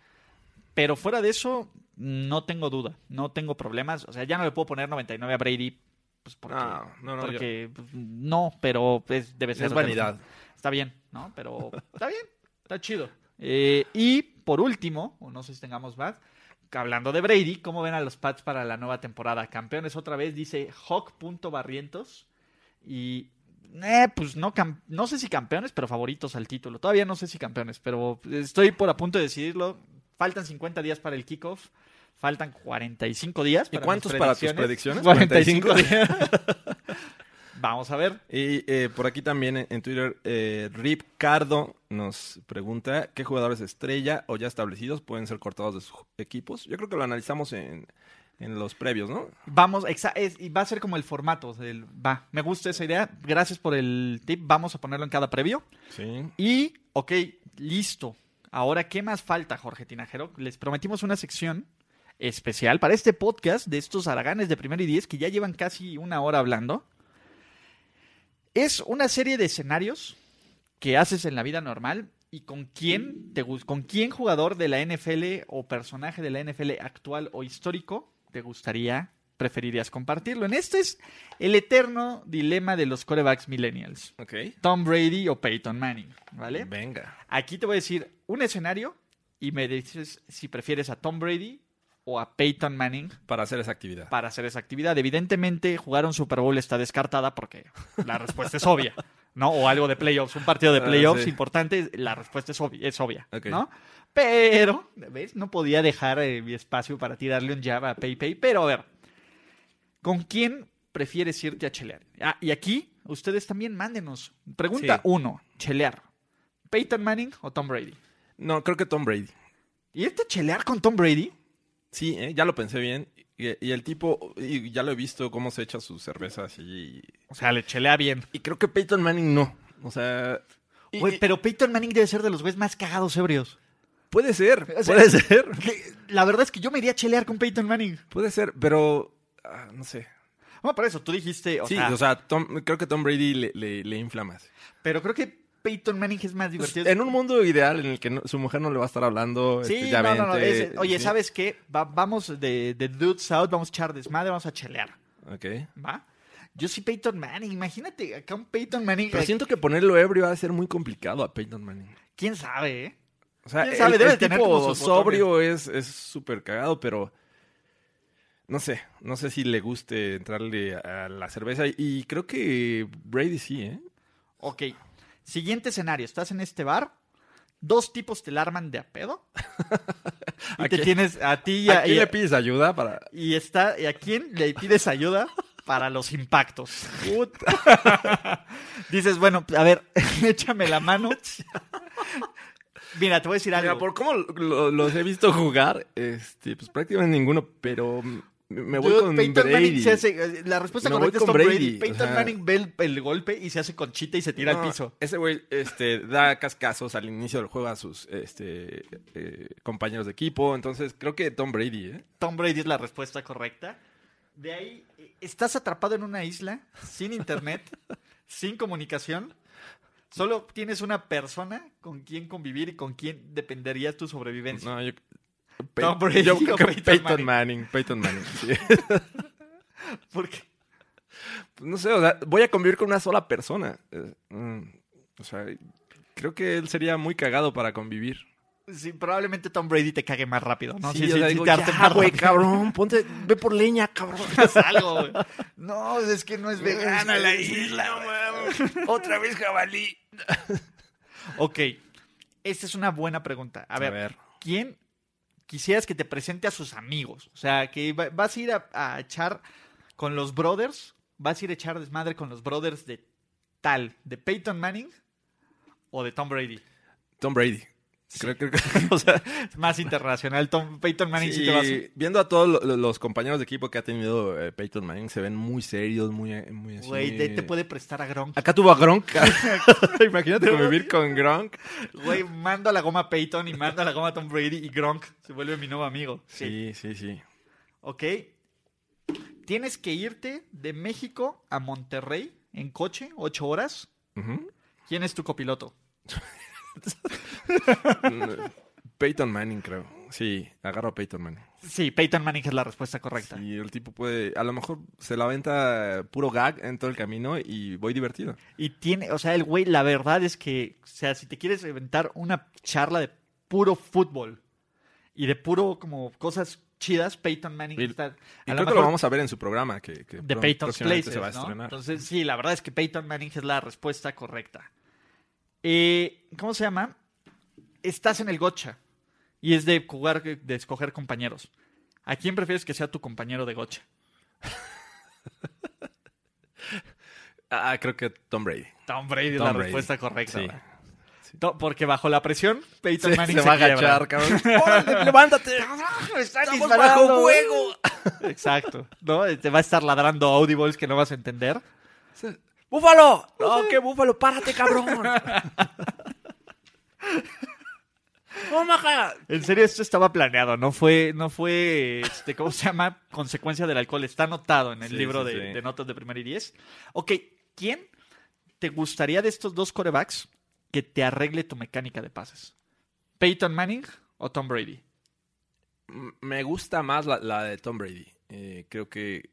Speaker 1: Pero fuera de eso, no tengo duda, no tengo problemas. O sea, ya no le puedo poner 99 a Brady. Pues porque,
Speaker 2: No, Ah, no, no,
Speaker 1: porque, pues, no, pero pues, debe ser.
Speaker 2: Es vanidad.
Speaker 1: Está bien, ¿no? Pero está bien, está chido. Eh, y por último, o no sé si tengamos más, hablando de Brady, ¿cómo ven a los Pats para la nueva temporada? Campeones otra vez, dice Hawk.barrientos. Y, eh, pues no, cam- no sé si campeones, pero favoritos al título. Todavía no sé si campeones, pero estoy por a punto de decidirlo. Faltan 50 días para el kickoff. Faltan 45 días.
Speaker 2: ¿Y
Speaker 1: mis
Speaker 2: cuántos para tus predicciones?
Speaker 1: 45 días. Vamos a ver.
Speaker 2: Y eh, por aquí también en- en Twitter, eh, Rip Cardo nos pregunta qué jugadores estrella o ya establecidos pueden ser cortados de sus ju- equipos. Yo creo que lo analizamos en, en los previos, ¿no?
Speaker 1: Vamos, exa- es- y va a ser como el formato. o sea, el- va, me gusta esa idea. Gracias por el tip. Vamos a ponerlo en cada previo.
Speaker 2: Sí.
Speaker 1: Y, ok, listo. Ahora, ¿qué más falta, Jorge Tinajero? Les prometimos una sección especial para este podcast de estos haraganes de primero y diez que ya llevan casi una hora hablando. Es una serie de escenarios que haces en la vida normal y con quién te gus- con quién jugador de la NFL o personaje de la NFL actual o histórico te gustaría preferirías compartirlo. En este es el eterno dilema de los corebacks millennials.
Speaker 2: Ok.
Speaker 1: Tom Brady o Peyton Manning, ¿vale?
Speaker 2: Venga.
Speaker 1: Aquí te voy a decir un escenario y me dices si prefieres a Tom Brady o a Peyton Manning
Speaker 2: Para hacer esa actividad.
Speaker 1: para hacer esa actividad. Evidentemente, jugar un Super Bowl está descartada porque la respuesta es obvia, ¿no? O algo de playoffs, un partido de
Speaker 2: Ah,
Speaker 1: playoffs
Speaker 2: sí.
Speaker 1: importante, la respuesta es obvia, es obvia
Speaker 2: Ok.
Speaker 1: ¿no? Pero, ¿ves? No podía dejar eh, mi espacio para tirarle un jab a PayPay, pero a ver, ¿con quién prefieres irte a chelear? Ah, y aquí, ustedes también mándenos. Pregunta
Speaker 2: Sí.
Speaker 1: uno, chelear. ¿Peyton Manning o Tom Brady?
Speaker 2: No, creo que Tom Brady.
Speaker 1: ¿Irte a chelear con Tom Brady?
Speaker 2: Sí, ¿eh? ya lo pensé bien. Y, y el tipo, y ya lo he visto cómo se echa sus cervezas y...
Speaker 1: O sea, le chelea bien.
Speaker 2: Y creo que Peyton Manning no. O sea... y-
Speaker 1: Güey,
Speaker 2: y-
Speaker 1: pero Peyton Manning debe ser de los güeyes más cagados ebrios.
Speaker 2: Puede ser,
Speaker 1: O sea,
Speaker 2: puede ser.
Speaker 1: que La verdad es que yo me iría a chelear con Peyton Manning.
Speaker 2: Puede ser, pero... ah, no sé.
Speaker 1: Bueno, por eso tú dijiste, o
Speaker 2: sí,
Speaker 1: sea,
Speaker 2: o sea, Tom- creo que Tom Brady le, le, le infla más.
Speaker 1: pero creo que Peyton Manning es más divertido.
Speaker 2: En un mundo ideal en el que no- su mujer no le va a estar hablando.
Speaker 1: Sí,
Speaker 2: este,
Speaker 1: no,
Speaker 2: ya
Speaker 1: no, no,
Speaker 2: vente,
Speaker 1: ese- oye,
Speaker 2: sí.
Speaker 1: ¿sabes qué? Va- vamos de, de dudes out, vamos a echar desmadre, vamos a chelear,
Speaker 2: Ok.
Speaker 1: ¿va? Yo sí Peyton Manning, imagínate acá un Peyton Manning,
Speaker 2: Pero
Speaker 1: eh,
Speaker 2: siento que ponerlo ebrio va a ser muy complicado a Peyton Manning.
Speaker 1: quién sabe, ¿eh?
Speaker 2: O sea,
Speaker 1: ¿Quién
Speaker 2: el,
Speaker 1: sabe? Debe de
Speaker 2: el
Speaker 1: tener como
Speaker 2: tipo
Speaker 1: sus
Speaker 2: sobrio es es súper cagado, pero no sé, no sé si le guste entrarle a la cerveza. Y creo que Brady sí, ¿eh?
Speaker 1: Ok, siguiente escenario, estás en este bar, dos tipos te la arman de a pedo, y
Speaker 2: ¿A
Speaker 1: te
Speaker 2: quién-
Speaker 1: tienes a ti y
Speaker 2: ¿A
Speaker 1: a,
Speaker 2: quién
Speaker 1: y,
Speaker 2: le pides ayuda para...?
Speaker 1: y está, y a quién le pides ayuda para los impactos. Dices, bueno, a ver, échame la mano. Mira, te voy a decir algo.
Speaker 2: Mira, por cómo lo- los he visto jugar, este, pues prácticamente ninguno, pero m- me voy
Speaker 1: Dude,
Speaker 2: con
Speaker 1: Peyton Manning
Speaker 2: Brady.
Speaker 1: se hace. eh, La respuesta
Speaker 2: Me
Speaker 1: correcta
Speaker 2: voy
Speaker 1: es
Speaker 2: con
Speaker 1: Tom Brady.
Speaker 2: Brady, o
Speaker 1: Peyton
Speaker 2: sea-
Speaker 1: Manning ve el, el golpe y se hace conchita y se tira
Speaker 2: No,
Speaker 1: al piso.
Speaker 2: Ese güey este, da cascazos al inicio del juego a sus este, eh, compañeros de equipo. Entonces, creo que Tom Brady, ¿eh?
Speaker 1: Tom Brady es la respuesta correcta. De ahí, eh, estás atrapado en una isla, sin internet, sin comunicación. Solo tienes una persona con quien convivir y con quien dependería tu sobrevivencia.
Speaker 2: No, yo,
Speaker 1: Tom
Speaker 2: Pey-
Speaker 1: Brady
Speaker 2: yo
Speaker 1: o
Speaker 2: creo que
Speaker 1: Peyton
Speaker 2: Peyton,
Speaker 1: Manning.
Speaker 2: Manning. Peyton Manning. sí.
Speaker 1: Porque
Speaker 2: Pues no sé, o sea, voy a convivir con una sola persona. Eh, mm, o sea, creo que él sería muy cagado para convivir.
Speaker 1: sí, probablemente Tom Brady te cague más rápido, ¿no?
Speaker 2: Sí,
Speaker 1: Sí,
Speaker 2: o
Speaker 1: sí,
Speaker 2: sea,
Speaker 1: sí
Speaker 2: digo,
Speaker 1: te hartes
Speaker 2: ya,
Speaker 1: más
Speaker 2: güey,
Speaker 1: rápido.
Speaker 2: cabrón, ponte, ve por leña, cabrón.
Speaker 1: Haz algo, güey. No, es que no es vegana
Speaker 3: Gana
Speaker 1: la
Speaker 3: la
Speaker 1: isla.
Speaker 3: isla, mames. Otra vez jabalí.
Speaker 1: Ok, esta es una buena pregunta. A ver, ¿quién quisieras que te presente a sus amigos? O sea, que va- vas a ir a, a echar con los brothers, vas a ir a echar desmadre con los brothers de tal, de Peyton Manning o de Tom Brady.
Speaker 2: Tom Brady. Creo, creo que- o sea,
Speaker 1: Es Más internacional, Tom, Peyton Manning sí,
Speaker 2: sí,
Speaker 1: te vas.
Speaker 2: viendo a todos lo- lo- los compañeros de equipo que ha tenido eh, Peyton Manning, se ven muy serios, muy, muy así.
Speaker 1: Güey, te, te puede prestar a Gronk.
Speaker 2: Acá tuvo a Gronk. Imagínate convivir con Gronk.
Speaker 1: Güey, mando a la goma a Peyton y mando a la goma a Tom Brady y Gronk se vuelve mi nuevo amigo. sí.
Speaker 2: Sí, sí, sí.
Speaker 1: Ok. Tienes que irte de México a Monterrey en coche, ocho horas.
Speaker 2: Ujú.
Speaker 1: ¿Quién es tu copiloto?
Speaker 2: Peyton Manning, creo. Sí, agarro a Peyton Manning.
Speaker 1: Sí, Peyton Manning es la respuesta correcta.
Speaker 2: Y el tipo puede, a lo mejor se la venta puro gag en todo el camino y voy divertido.
Speaker 1: Y tiene, o sea, el güey, la verdad es que, o sea, si te quieres inventar una charla de puro fútbol y de puro como cosas chidas, Peyton Manning
Speaker 2: Y-
Speaker 1: está.
Speaker 2: Y
Speaker 1: a
Speaker 2: creo que
Speaker 1: mejor
Speaker 2: lo vamos a ver en su programa que, que
Speaker 1: de
Speaker 2: pro-
Speaker 1: Peyton's
Speaker 2: próximamente
Speaker 1: Places,
Speaker 2: se va a
Speaker 1: ¿no?
Speaker 2: estrenar.
Speaker 1: Entonces, sí, la verdad es que Peyton Manning es la respuesta correcta. Eh, ¿Cómo se llama? Estás en el gocha y es de jugar, de escoger compañeros. ¿A quién prefieres que sea tu compañero de gocha?
Speaker 2: Ah, creo que Tom Brady.
Speaker 1: Tom Brady es
Speaker 2: Tom
Speaker 1: la
Speaker 2: Brady.
Speaker 1: respuesta correcta.
Speaker 2: Sí.
Speaker 1: ¿verdad? To- Porque bajo la presión, Peyton
Speaker 2: Sí,
Speaker 1: Manning
Speaker 2: se va a
Speaker 1: quiebra.
Speaker 2: agachar, cabrón. ¡Órale, levántate!
Speaker 1: Está
Speaker 3: Estamos
Speaker 1: disparando,
Speaker 3: bajo
Speaker 1: güey.
Speaker 3: fuego.
Speaker 1: Exacto. ¿no? Te va a estar ladrando audibles que no vas a entender.
Speaker 3: ¡Búfalo! ¡No, qué búfalo! ¡Párate, cabrón! ¡No, maja!
Speaker 1: En serio, esto estaba planeado, no fue, no fue, este, ¿cómo se llama? Consecuencia del alcohol. Está anotado en el
Speaker 2: Sí,
Speaker 1: libro
Speaker 2: sí,
Speaker 1: de,
Speaker 2: sí.
Speaker 1: de notas de primer y diez. Ok, ¿quién te gustaría de estos dos corebacks que te arregle tu mecánica de pases? ¿Peyton Manning o Tom Brady?
Speaker 2: M- Me gusta más la, la de Tom Brady. Eh, creo que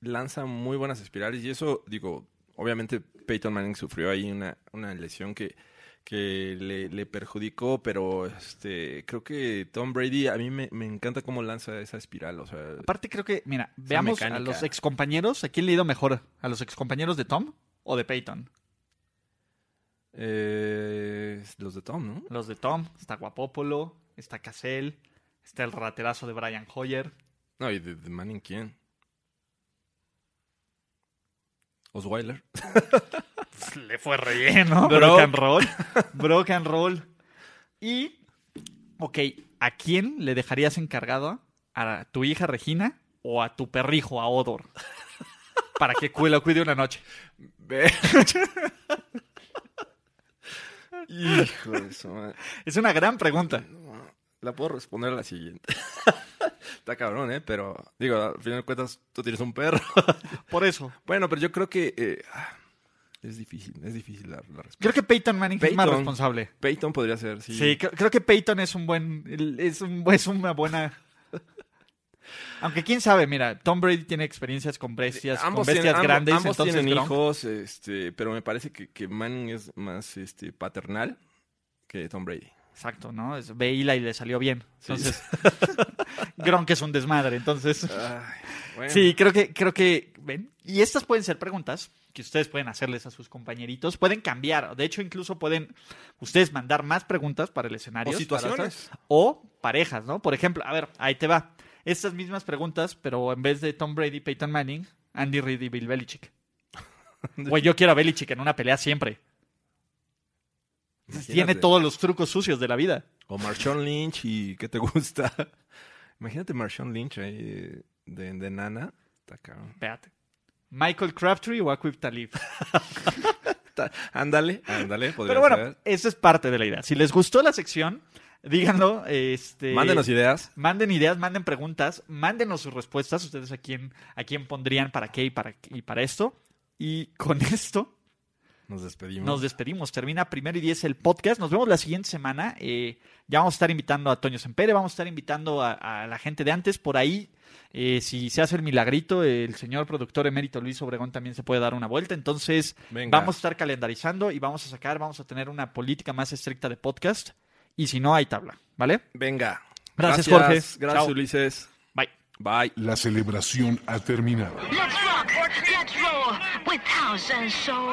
Speaker 2: lanza muy buenas espirales y eso, digo, obviamente Peyton Manning sufrió ahí una, una lesión que, que le, le perjudicó, pero este creo que Tom Brady a mí me, me encanta cómo lanza esa espiral. O sea,
Speaker 1: Aparte creo que, mira, veamos a
Speaker 2: mecánica.
Speaker 1: los excompañeros, ¿a quién le ha ido mejor? ¿A los excompañeros de Tom o de Peyton?
Speaker 2: eh, los de Tom, ¿no?
Speaker 1: Los de Tom, está Guapopolo, está Cassell, está el raterazo de Brian Hoyer.
Speaker 2: No, ¿y de, de Manning quién? Osweiler.
Speaker 1: Le fue relleno.
Speaker 2: Bro.
Speaker 1: Broken roll. Broken roll. Y, ok, ¿a quién le dejarías encargado? ¿A tu hija Regina o a tu perrijo, a Odor? Para que cu- lo cuide una noche.
Speaker 2: Hijo de su madre.
Speaker 1: Es una gran pregunta.
Speaker 2: No, La puedo responder a la siguiente. Está cabrón, ¿eh? Pero, digo, al final de cuentas, tú tienes un perro.
Speaker 1: Por eso.
Speaker 2: bueno, pero yo creo que eh, ah, es difícil, es difícil la, la respuesta.
Speaker 1: Creo que Peyton Manning es más
Speaker 2: Peyton.
Speaker 1: responsable.
Speaker 2: Peyton podría ser, sí.
Speaker 1: Sí, creo, creo que Peyton es un buen. Es, un, es una buena. Aunque quién sabe, mira, Tom Brady tiene experiencias con bestias, con bestias
Speaker 2: tienen- amb-
Speaker 1: grandes,
Speaker 2: ambos
Speaker 1: entonces
Speaker 2: tienen
Speaker 1: Gronk-
Speaker 2: hijos, este, pero me parece que, que Manning es más este, paternal que Tom Brady.
Speaker 1: Exacto, ¿no? Es Baila y le salió bien.
Speaker 2: Sí.
Speaker 1: Entonces, Gronk es un desmadre, entonces.
Speaker 2: Ay, bueno.
Speaker 1: Sí, creo que, creo que, ven, y estas pueden ser preguntas que ustedes pueden hacerles a sus compañeritos, pueden cambiar, de hecho incluso pueden ustedes mandar más preguntas para el escenario.
Speaker 2: O situaciones.
Speaker 1: O parejas, ¿no? Por ejemplo, a ver, ahí te va, estas mismas preguntas, pero en vez de Tom Brady, Peyton Manning, Andy Reid y Bill Belichick. Güey, yo quiero a Belichick en una pelea siempre. Tiene todos los trucos sucios de la vida.
Speaker 2: O Marshawn Lynch y ¿qué te gusta? Imagínate Marshawn Lynch ahí de, de nana. Está cabrón.
Speaker 1: Espérate. Michael Crabtree o Aquib Talib.
Speaker 2: Está- Ándale, ándale.
Speaker 1: Pero
Speaker 2: podría
Speaker 1: bueno,
Speaker 2: ser.
Speaker 1: esa es parte de la idea. Si les gustó la sección, díganlo. Este,
Speaker 2: Mándenos ideas.
Speaker 1: Manden ideas, manden preguntas, mándenos sus respuestas, ustedes a quién, a quién pondrían, para qué y para, y para esto. Y con esto
Speaker 2: Nos despedimos.
Speaker 1: nos despedimos. Termina primero y diez el podcast. Nos vemos la siguiente semana. Eh, ya vamos a estar invitando a Toño Sempere, vamos a estar invitando a, a la gente de antes. Por ahí, eh, si se hace el milagrito, el señor productor emérito Luis Obregón también se puede dar una vuelta. Entonces,
Speaker 2: Venga.
Speaker 1: vamos a estar calendarizando y vamos a sacar, vamos a tener una política más estricta de podcast. Y si no, hay tabla, ¿vale?
Speaker 2: Venga.
Speaker 1: Gracias, Jorge.
Speaker 2: Gracias,
Speaker 1: Chao.
Speaker 2: Ulises.
Speaker 1: Bye.
Speaker 2: Bye.
Speaker 4: La celebración ha terminado.
Speaker 5: Let's rock, let's roll with house and soul.